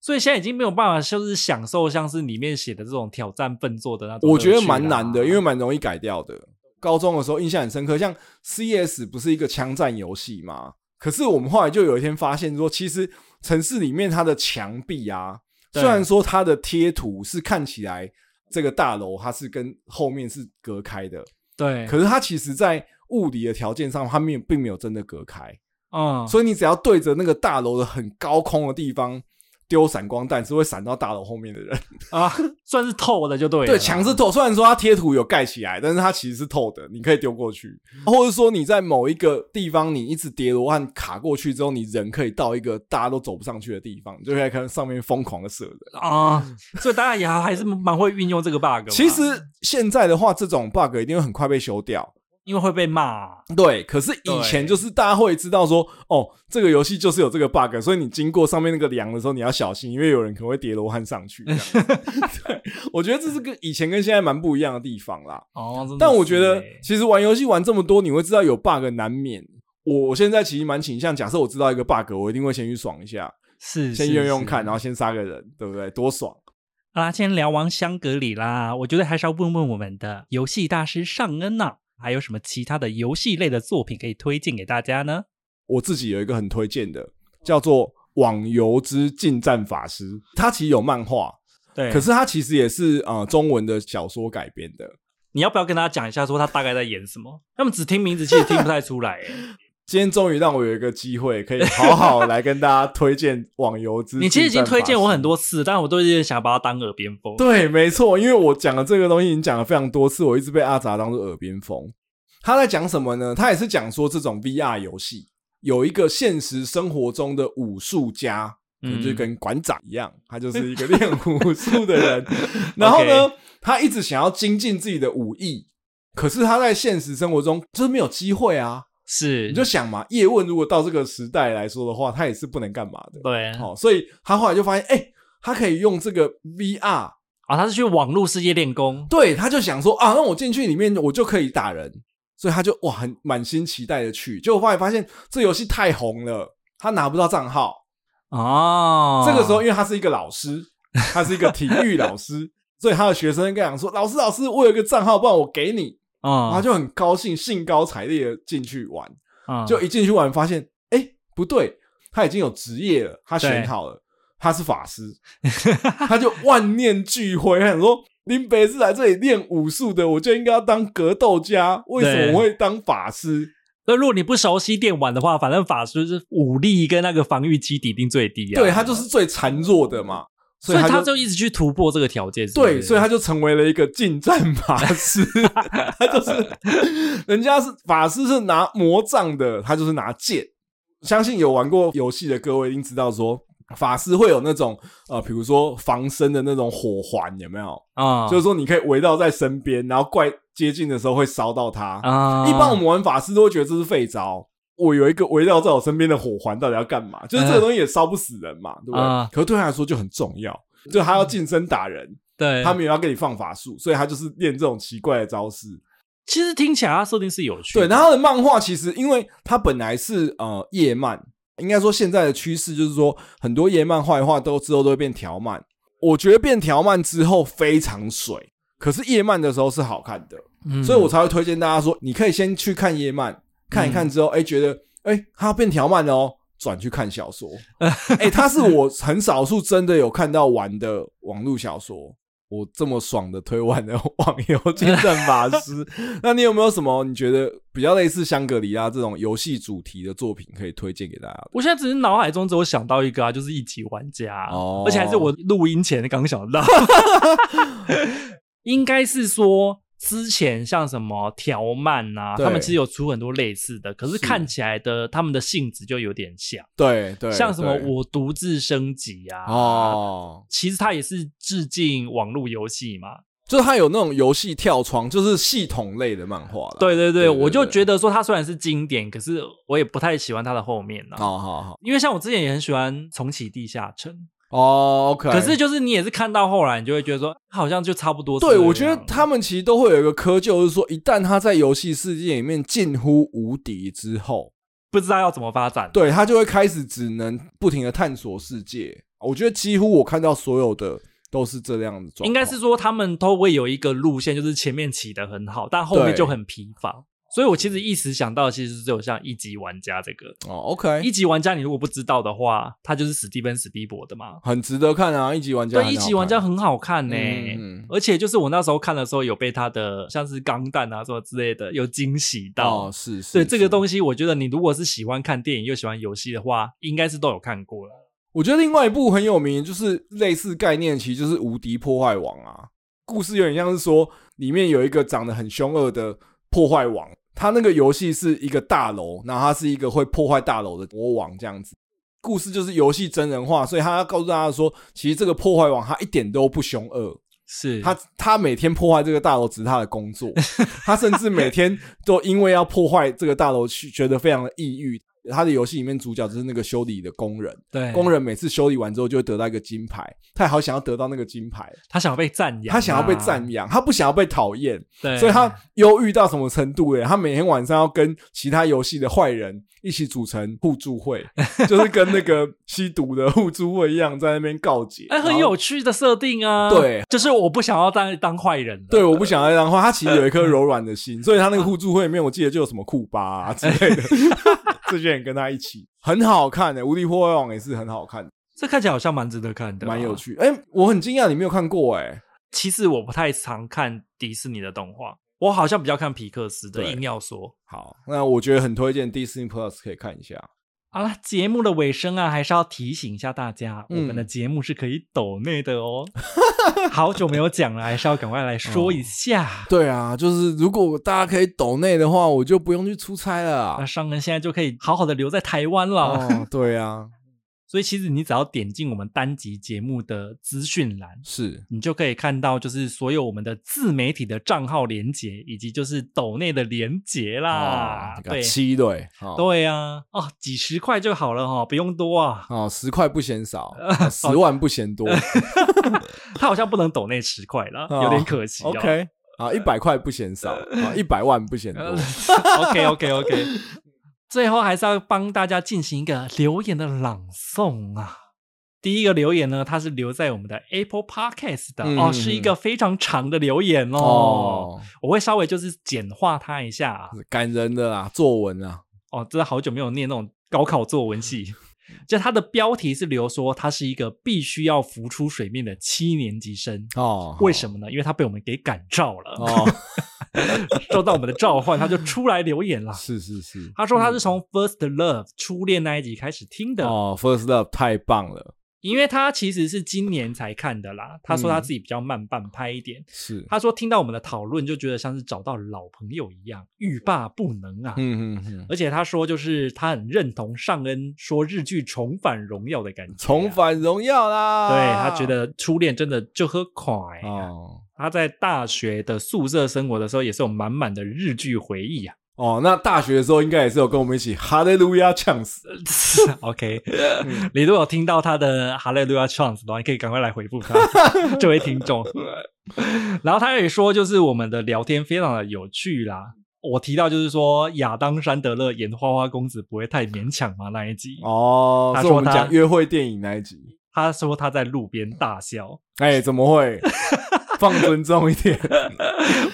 [SPEAKER 1] 所以现在已经没有办法就是享受像是里面写的这种挑战笨作的那种乐
[SPEAKER 2] 我
[SPEAKER 1] 趣
[SPEAKER 2] 觉
[SPEAKER 1] 啦，
[SPEAKER 2] 得蛮难的，因为蛮容易改掉的。高中的时候印象很深刻，像 CS 不是一个枪战游戏吗？可是我们后来就有一天发现说，其实城市里面它的墙壁啊，
[SPEAKER 1] 对
[SPEAKER 2] 虽然说它的贴图是看起来这个大楼它是跟后面是隔开的，
[SPEAKER 1] 对，
[SPEAKER 2] 可是它其实在物理的条件上，它没有并没有真的隔开，
[SPEAKER 1] 嗯，
[SPEAKER 2] 所以你只要对着那个大楼的很高空的地方丢闪光弹，是会闪到大楼后面的人。
[SPEAKER 1] 啊， (laughs) 算是透的就对了，
[SPEAKER 2] 对，墙是透，虽然说它贴图有盖起来，但是它其实是透的，你可以丢过去，或者说你在某一个地方你一直叠罗汉卡过去之后，你人可以到一个大家都走不上去的地方，你就可以看上面疯狂的射人。
[SPEAKER 1] 啊，所以大家也还是蛮会运用这个 bug 嘛。
[SPEAKER 2] 其实现在的话，这种 bug 一定会很快被修掉。
[SPEAKER 1] 因为会被骂，
[SPEAKER 2] 对，可是以前就是大家会知道说，哦，这个游戏就是有这个 bug，所以你经过上面那个梁的时候，你要小心，因为有人可能会叠罗汉上去。这样对，我觉得这是跟以前跟现在蛮不一样的地方啦。
[SPEAKER 1] 哦，真的
[SPEAKER 2] 但我
[SPEAKER 1] 是
[SPEAKER 2] 觉得
[SPEAKER 1] 欸，
[SPEAKER 2] 其实玩游戏玩这么多，你会知道有 bug 难免。我现在其实蛮倾向，假设我知道一个 bug，我一定会先去爽一下，
[SPEAKER 1] 是
[SPEAKER 2] 先
[SPEAKER 1] 是
[SPEAKER 2] 用用
[SPEAKER 1] 是
[SPEAKER 2] 看，然啊后先杀个人，对不对？多爽！
[SPEAKER 1] 好啦，今天聊完香格里拉，我觉得还是要问问我们的游戏大师尚恩呐、啊还有什么其他的游戏类的作品可以推荐给大家呢？
[SPEAKER 2] 我自己有一个很推荐的，叫做《网游之近战法师》，它其实有漫画，
[SPEAKER 1] 对
[SPEAKER 2] 可是它其实也是呃中文的小说改编的。
[SPEAKER 1] 你要不要跟大家讲一下，说他大概在演什么？他们只听名字，其实听不太出来欸。
[SPEAKER 2] (laughs) 今天终于让我有一个机会，可以好好来跟大家推荐《网游之》。
[SPEAKER 1] (laughs) 你其实已经推荐我很多次，但我都有点想把它当耳边风。
[SPEAKER 2] 对，没错，因为我讲的这个东西已经讲了非常多次，我一直被阿杂当做耳边风。他在讲什么呢？他也是讲说这种 VR 游戏有一个现实生活中的武术家，可能就
[SPEAKER 1] 嗯
[SPEAKER 2] 跟馆长一样，他就是一个练武术的人。
[SPEAKER 1] (laughs)
[SPEAKER 2] 然后呢
[SPEAKER 1] OK
[SPEAKER 2] 他一直想要精进自己的武艺，可是他在现实生活中就是没有机会啊。
[SPEAKER 1] 是，
[SPEAKER 2] 你就想嘛，叶问如果到这个时代来说的话，他也是不能干嘛的。哦
[SPEAKER 1] 对，哦
[SPEAKER 2] 好、所以他后来就发现，哎、他可以用这个 VR，
[SPEAKER 1] 啊，他是去网络世界练功，
[SPEAKER 2] 对，他就想说啊，那我进去里面我就可以打人，所以他就哇很满心期待的去，结果后来发现这游戏太红了，他拿不到账号。
[SPEAKER 1] 哦，
[SPEAKER 2] 这个时候，因为他是一个老师，他是一个体育老师，所以他的学生跟他讲说：“老师，老师，我有一个账号，不然我给你。”然后
[SPEAKER 1] 啊
[SPEAKER 2] 他就很高兴，兴高采烈的进去玩。
[SPEAKER 1] 啊
[SPEAKER 2] 就一进去玩，发现哎、诶不对，他已经有职业了，他选
[SPEAKER 1] 对
[SPEAKER 2] 好了，他是法师， (laughs) 他就万念俱灰，他想说林北是来这里练武术的，我就应该要当格斗家，为什么
[SPEAKER 1] 对
[SPEAKER 2] 我会当法师？
[SPEAKER 1] 那如果你不熟悉电玩的话，反正法师是武力跟那个防御基底一定最低啊。
[SPEAKER 2] 对他就是最孱弱的嘛，
[SPEAKER 1] 所以
[SPEAKER 2] 他
[SPEAKER 1] 他就一直去突破这个条件是不是
[SPEAKER 2] 对，所以他就成为了一个近战法
[SPEAKER 1] (laughs)
[SPEAKER 2] 师，他就是人家是法师是拿魔杖的，他就是拿剑。相信有玩过游戏的各位一定知道说。法师会有那种呃，比如说防身的那种火环，有没有？
[SPEAKER 1] 啊，
[SPEAKER 2] 就是说你可以围绕在身边，然后怪接近的时候会烧到它。
[SPEAKER 1] 啊，
[SPEAKER 2] 一般我们玩法师都会觉得这是废招。我有一个围绕在我身边的火环，到底要干嘛？就是这个东西也烧不死人嘛，对不对？
[SPEAKER 1] 嗯啊嗯
[SPEAKER 2] 可是对他来说就很重要，就他要近身打人，
[SPEAKER 1] 对
[SPEAKER 2] 他没有要给你放法术，所以他就是练这种奇怪的招式。
[SPEAKER 1] 其实听起来他设定是有趣
[SPEAKER 2] 对，
[SPEAKER 1] 的，
[SPEAKER 2] 那他的漫画其实因为他本来是呃页漫，应该说现在的趋势就是说很多页漫画的话都之后都会变条漫。我觉得变条漫之后非常水，可是页漫的时候是好看的，
[SPEAKER 1] 嗯
[SPEAKER 2] 所以我才会推荐大家说，你可以先去看页漫，看一看之后，
[SPEAKER 1] 嗯
[SPEAKER 2] 哎、觉得哎他变条漫了哦。转去看小说， (laughs) 哎、他是我很少数真的有看到玩的网络小说。我这么爽的推完了网游精神法师， (laughs) 那你有没有什么你觉得比较类似香格里拉这种游戏主题的作品可以推荐给大家的？
[SPEAKER 1] 我现在只是脑海中只有想到一个啊，就是一级玩家，
[SPEAKER 2] 哦
[SPEAKER 1] 而且还是我录音前刚想 (laughs) 到，应该是说之前像什么条漫啊，
[SPEAKER 2] 对
[SPEAKER 1] 他们其实有出很多类似的，可是
[SPEAKER 2] 是
[SPEAKER 1] 看起来的他们的性质就有点像，
[SPEAKER 2] 对对，
[SPEAKER 1] 像什么
[SPEAKER 2] 对
[SPEAKER 1] 我独自升级啊，
[SPEAKER 2] 哦，
[SPEAKER 1] 其实它也是致敬网络游戏嘛。
[SPEAKER 2] 就是它有那种游戏跳窗，就是系统类的漫画啦。，
[SPEAKER 1] 对对
[SPEAKER 2] 对
[SPEAKER 1] 对，我就
[SPEAKER 2] 对
[SPEAKER 1] 觉得说它虽然是经典，可是我也不太喜欢它的后面了。
[SPEAKER 2] 好好好，
[SPEAKER 1] 因为像我之前也很喜欢重启地下城，
[SPEAKER 2] 哦，OK。
[SPEAKER 1] 可是就是你也是看到后来，你就会觉得说好像就差不多是这
[SPEAKER 2] 对，
[SPEAKER 1] 样。
[SPEAKER 2] 我觉得他们其实都会有一个窠臼，就是说，一旦他在游戏世界里面近乎无敌之后，
[SPEAKER 1] 不知道要怎么发展。
[SPEAKER 2] 对他就会开始只能不停的探索世界。我觉得几乎我看到所有的都是这样的状况，
[SPEAKER 1] 应该是说他们都会有一个路线，就是前面起得很好，但后面
[SPEAKER 2] 对
[SPEAKER 1] 就很疲乏。所以我其实一时想到，其实只有像一级玩家这个。
[SPEAKER 2] 哦，OK，
[SPEAKER 1] 一级玩家，你如果不知道的话，他就是史蒂芬史蒂博的嘛。
[SPEAKER 2] 很值得看啊，一级玩家很好
[SPEAKER 1] 对，
[SPEAKER 2] 看，
[SPEAKER 1] 一级玩家很欸好看呢、
[SPEAKER 2] 嗯嗯
[SPEAKER 1] 而且就是我那时候看的时候，有被他的像是钢弹啊什么之类的有惊喜到。
[SPEAKER 2] 哦，是是，
[SPEAKER 1] 对这个
[SPEAKER 2] 是
[SPEAKER 1] 东西，我觉得你如果是喜欢看电影又喜欢游戏的话，应该是都有看过了。
[SPEAKER 2] 我觉得另外一部很有名，就是类似概念，其实就是《无敌破坏王》啊。故事有点像是说，里面有一个长得很凶恶的破坏王，他那个游戏是一个大楼，然后他是一个会破坏大楼的魔王这样子。故事就是游戏真人化，所以他要告诉大家说，其实这个破坏王他一点都不凶恶，
[SPEAKER 1] 是
[SPEAKER 2] 他他每天破坏这个大楼只是他的工作，他甚至每天都因为要破坏这个大楼去觉得非常的抑郁。他的游戏里面主角就是那个修理的工人，
[SPEAKER 1] 对
[SPEAKER 2] 工人每次修理完之后就会得到一个金牌，他也好想要得到那个金牌，
[SPEAKER 1] 他想要被赞扬啊、哎
[SPEAKER 2] 他想要被赞扬，他不想要被讨厌，
[SPEAKER 1] 对，
[SPEAKER 2] 所以他忧郁到什么程度嘞？他每天晚上要跟其他游戏的坏人一起组成互助会，
[SPEAKER 1] (laughs)
[SPEAKER 2] 就是跟那个吸毒的互助会一样，在那边告解。
[SPEAKER 1] 哎、很
[SPEAKER 2] 然后
[SPEAKER 1] 有趣的设定啊。
[SPEAKER 2] 对，
[SPEAKER 1] 就是我不想要当当坏人了。
[SPEAKER 2] 对，我不想要让话，他其实有一颗柔软
[SPEAKER 1] (laughs)
[SPEAKER 2] 的心，所以他那个互助会里面，我记得就有什么库巴啊之类的，这些人跟他一起，很好看的、无敌破坏王》也是很好看，
[SPEAKER 1] 这看起来好像蛮值得看的、啊
[SPEAKER 2] 蛮有。趣。哎、我很惊讶你没有看过哎、
[SPEAKER 1] 其实我不太常看迪士尼的动画，我好像比较看皮克斯的。
[SPEAKER 2] 对
[SPEAKER 1] 硬要说
[SPEAKER 2] 好，那我觉得很推荐 Disney Plus 可以看一下。
[SPEAKER 1] 好啦，节目的尾声啊，还是要提醒一下大家，
[SPEAKER 2] 嗯
[SPEAKER 1] 我们的节目是可以抖内的
[SPEAKER 2] (laughs)
[SPEAKER 1] 哦。好久没有讲了，还是要赶快来说
[SPEAKER 2] 哦
[SPEAKER 1] 一下。
[SPEAKER 2] 对啊，就是如果大家可以抖内的话，我就不用去出差了
[SPEAKER 1] 那
[SPEAKER 2] 啊。哦
[SPEAKER 1] 商人现在就可以好好的留在台湾了。
[SPEAKER 2] 哦，对啊，
[SPEAKER 1] (laughs) 所以其实你只要点进我们单集节目的资讯栏，
[SPEAKER 2] 是
[SPEAKER 1] 你就可以看到，就是所有我们的自媒体的账号连接，以及就是抖内的连接啦。
[SPEAKER 2] 哦你看
[SPEAKER 1] 啊对
[SPEAKER 2] 七对，哦
[SPEAKER 1] 对啊，哦，几十块就好了哈、不用多啊。
[SPEAKER 2] 哦，十块不
[SPEAKER 1] (laughs)
[SPEAKER 2] 嫌少，哦十万不嫌多。
[SPEAKER 1] 他好像不能抖内十块啦，
[SPEAKER 2] 哦
[SPEAKER 1] 有点可惜、哦。 (laughs)
[SPEAKER 2] OK 啊，一百块不嫌少，啊，一百万不嫌多。
[SPEAKER 1] OK OK OK，最后还是要帮大家进行一个留言的朗诵啊。第一个留言呢，它是留在我们的 Apple Podcast 的、
[SPEAKER 2] 嗯
[SPEAKER 1] 哦，是一个非常长的留言哦。
[SPEAKER 2] 哦，
[SPEAKER 1] 我会稍微就是简化它一下啊。
[SPEAKER 2] 感人的啦，作文啊，
[SPEAKER 1] 哦，真的好久没有念那种高考作文系。就它的标题是留说，他是一个必须要浮出水面的七年级生。
[SPEAKER 2] 哦，
[SPEAKER 1] 为什么呢？因为他被我们给感召了， (laughs)
[SPEAKER 2] 哦，
[SPEAKER 1] 受到我们的召唤，他就出来留言了。
[SPEAKER 2] (laughs) 是是是，
[SPEAKER 1] 他说他是从《First Love》初恋那一集开始听的，
[SPEAKER 2] 嗯哦，First Love 太棒了，
[SPEAKER 1] 因为他其实是今年才看的啦。他
[SPEAKER 2] 嗯
[SPEAKER 1] 说他自己比较慢半拍一点。
[SPEAKER 2] 是，
[SPEAKER 1] 他说听到我们的讨论，就觉得像是找到老朋友一样，欲罢不能啊。
[SPEAKER 2] 嗯嗯嗯，
[SPEAKER 1] 而且他说，就是他很认同尚恩说日剧重返荣耀的感觉、啊
[SPEAKER 2] 重，返荣耀啦，
[SPEAKER 1] 对他觉得初恋真的就喝快、啊。
[SPEAKER 2] 哦
[SPEAKER 1] 他在大学的宿舍生活的时候，也是有满满的日剧回忆啊。
[SPEAKER 2] 哦，那大学的时候应该也是有跟我们一起哈利路亚唱死，
[SPEAKER 1] (laughs) OK，你如果有听到他的哈利路亚 chance 的话，你可以赶快来回复他这位听众。然后他也说，就是我们的聊天非常的有趣啦。我提到就是说亚当·山德勒演花花公子不会太勉强嘛那一集，
[SPEAKER 2] 哦，
[SPEAKER 1] 呃他
[SPEAKER 2] 是
[SPEAKER 1] 说
[SPEAKER 2] 我们
[SPEAKER 1] 他
[SPEAKER 2] 讲约会电影那一集，
[SPEAKER 1] 他说他在路边大笑，
[SPEAKER 2] 哎，怎么会？放尊重一
[SPEAKER 1] (laughs)
[SPEAKER 2] 点，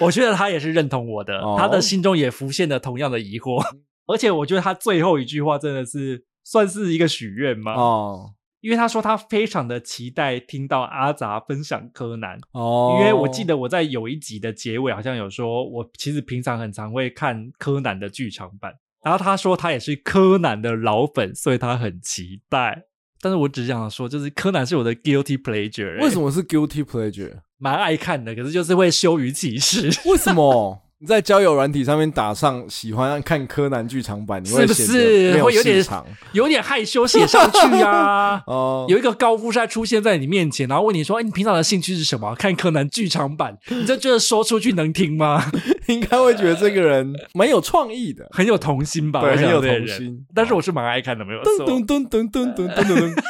[SPEAKER 1] 我觉得他也是认同我的，
[SPEAKER 2] 哦嗯
[SPEAKER 1] 他的心中也浮现了同样的疑惑， (laughs) 而且我觉得他最后一句话真的是算是一个许愿吗？
[SPEAKER 2] 哦
[SPEAKER 1] 因为他说他非常的期待听到阿杂分享柯南，
[SPEAKER 2] 哦，
[SPEAKER 1] 因为我记得我在有一集的结尾好像有说，我其实平常很常会看柯南的剧场版，然后他说他也是柯南的老粉，所以他很期待。但是我只想说，就是柯南是我的 guilty pleasure，欸、
[SPEAKER 2] 为什么是 guilty pleasure？
[SPEAKER 1] 蛮爱看的，可是就是会羞于启齿，
[SPEAKER 2] 为什么你在交友软体上面打上喜欢看柯南剧场版，你
[SPEAKER 1] 是不
[SPEAKER 2] 显得没
[SPEAKER 1] 是？会有
[SPEAKER 2] 市
[SPEAKER 1] 点
[SPEAKER 2] 场？。
[SPEAKER 1] 有点害羞写上去啊
[SPEAKER 2] 哦、
[SPEAKER 1] 有一个高富帅出现在你面前，然后问你说：“哎、你平常的兴趣是什么？看柯南剧场版，你这觉得说出去能听吗？。
[SPEAKER 2] 应该会觉得这个人蛮有创意的
[SPEAKER 1] (laughs) 很有童心吧？
[SPEAKER 2] 对
[SPEAKER 1] 啊我想
[SPEAKER 2] 很有
[SPEAKER 1] 这个
[SPEAKER 2] 童
[SPEAKER 1] 人
[SPEAKER 2] 心
[SPEAKER 1] 但是我是蛮爱看的，没有
[SPEAKER 2] 噔
[SPEAKER 1] 错，
[SPEAKER 2] 噔噔噔噔噔噔噔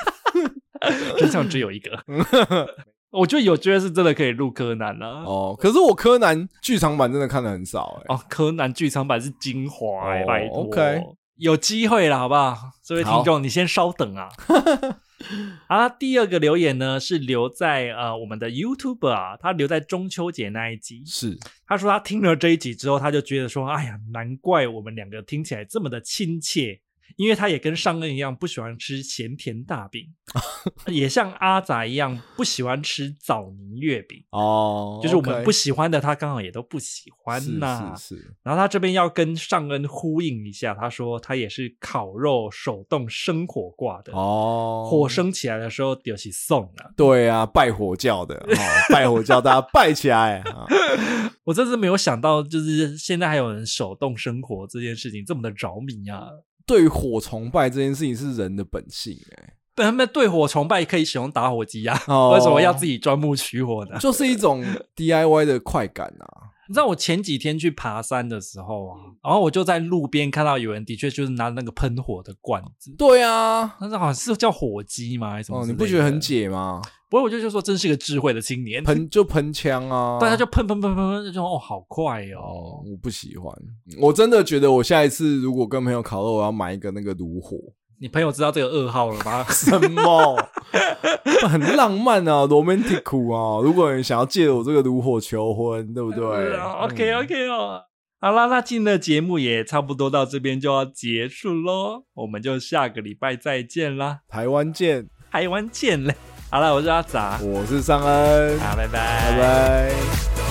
[SPEAKER 1] 真相只有一
[SPEAKER 2] (laughs)
[SPEAKER 1] 个。
[SPEAKER 2] 噔。
[SPEAKER 1] 我觉得有觉得是真的可以入柯南了、哦
[SPEAKER 2] 哦，可是我柯南剧场版真的看的很少哎、
[SPEAKER 1] 柯南剧场版是精华、欸，
[SPEAKER 2] 哦
[SPEAKER 1] 拜托。
[SPEAKER 2] OK
[SPEAKER 1] 有机会了，好不好？这位听
[SPEAKER 2] 好
[SPEAKER 1] 众，你先稍等
[SPEAKER 2] (laughs)
[SPEAKER 1] 啊。啊，第二个留言呢是留在呃我们的 YouTube 啊，他留在中秋节那一集。
[SPEAKER 2] 是
[SPEAKER 1] 他说他听了这一集之后，他就觉得说，哎呀，难怪我们两个听起来这么的亲切，因为他也跟上恩一样不喜欢吃咸甜大
[SPEAKER 2] (laughs)
[SPEAKER 1] 饼，也像阿仔一样不喜欢吃枣泥月饼，
[SPEAKER 2] 哦，
[SPEAKER 1] 就是我们
[SPEAKER 2] OK
[SPEAKER 1] 不喜欢的，他刚好也都不喜欢呐、
[SPEAKER 2] 是是是，
[SPEAKER 1] 然后他这边要跟上恩呼应一下，他说他也是烤肉手动生火挂的，
[SPEAKER 2] 哦，
[SPEAKER 1] 火升起来的时候就是送了。
[SPEAKER 2] 对啊，拜火教的，哦、拜火教大家拜起来啊！ (laughs)
[SPEAKER 1] 我真是没有想到，就是现在还有人手动生火这件事情这么的着迷啊！
[SPEAKER 2] 对于火崇拜这件事情是人的本性哎、
[SPEAKER 1] 但他们对火崇拜可以使用打火机啊，
[SPEAKER 2] 哦
[SPEAKER 1] 为什么要自己钻木取火呢？
[SPEAKER 2] 就是一种 DIY 的快感啊。
[SPEAKER 1] 你知道我前几天去爬山的时候啊，
[SPEAKER 2] 嗯
[SPEAKER 1] 然后我就在路边看到有人的确就是拿那个喷火的罐子，
[SPEAKER 2] 对啊，
[SPEAKER 1] 但是好像是叫火机吗？还是什么
[SPEAKER 2] 哦，
[SPEAKER 1] 之类的？
[SPEAKER 2] 你不觉得很解吗？
[SPEAKER 1] 不过我就就说真是个智慧的青年，
[SPEAKER 2] 喷就喷枪啊，
[SPEAKER 1] 对，他就喷喷喷喷喷，就说哦好快
[SPEAKER 2] 哦，
[SPEAKER 1] 哦，
[SPEAKER 2] 我不喜欢，我真的觉得我下一次如果跟朋友烤肉，我要买一个那个炉火，
[SPEAKER 1] 你朋友知道这个噩耗了吗？
[SPEAKER 2] 什么很浪漫啊，romantic 啊！如果你想要借我这个炉火求婚， (laughs) 对
[SPEAKER 1] (laughs)
[SPEAKER 2] 不
[SPEAKER 1] 嗯
[SPEAKER 2] 嗯对、
[SPEAKER 1] ，OK OK 啊哦。好啦，那今天的节目也差不多到这边就要结束喽，我们就下个礼拜再见啦。
[SPEAKER 2] 台湾见，
[SPEAKER 1] 台湾见嘞。好了，我是阿杂，
[SPEAKER 2] 我是尚恩，
[SPEAKER 1] 好，拜拜，
[SPEAKER 2] 拜拜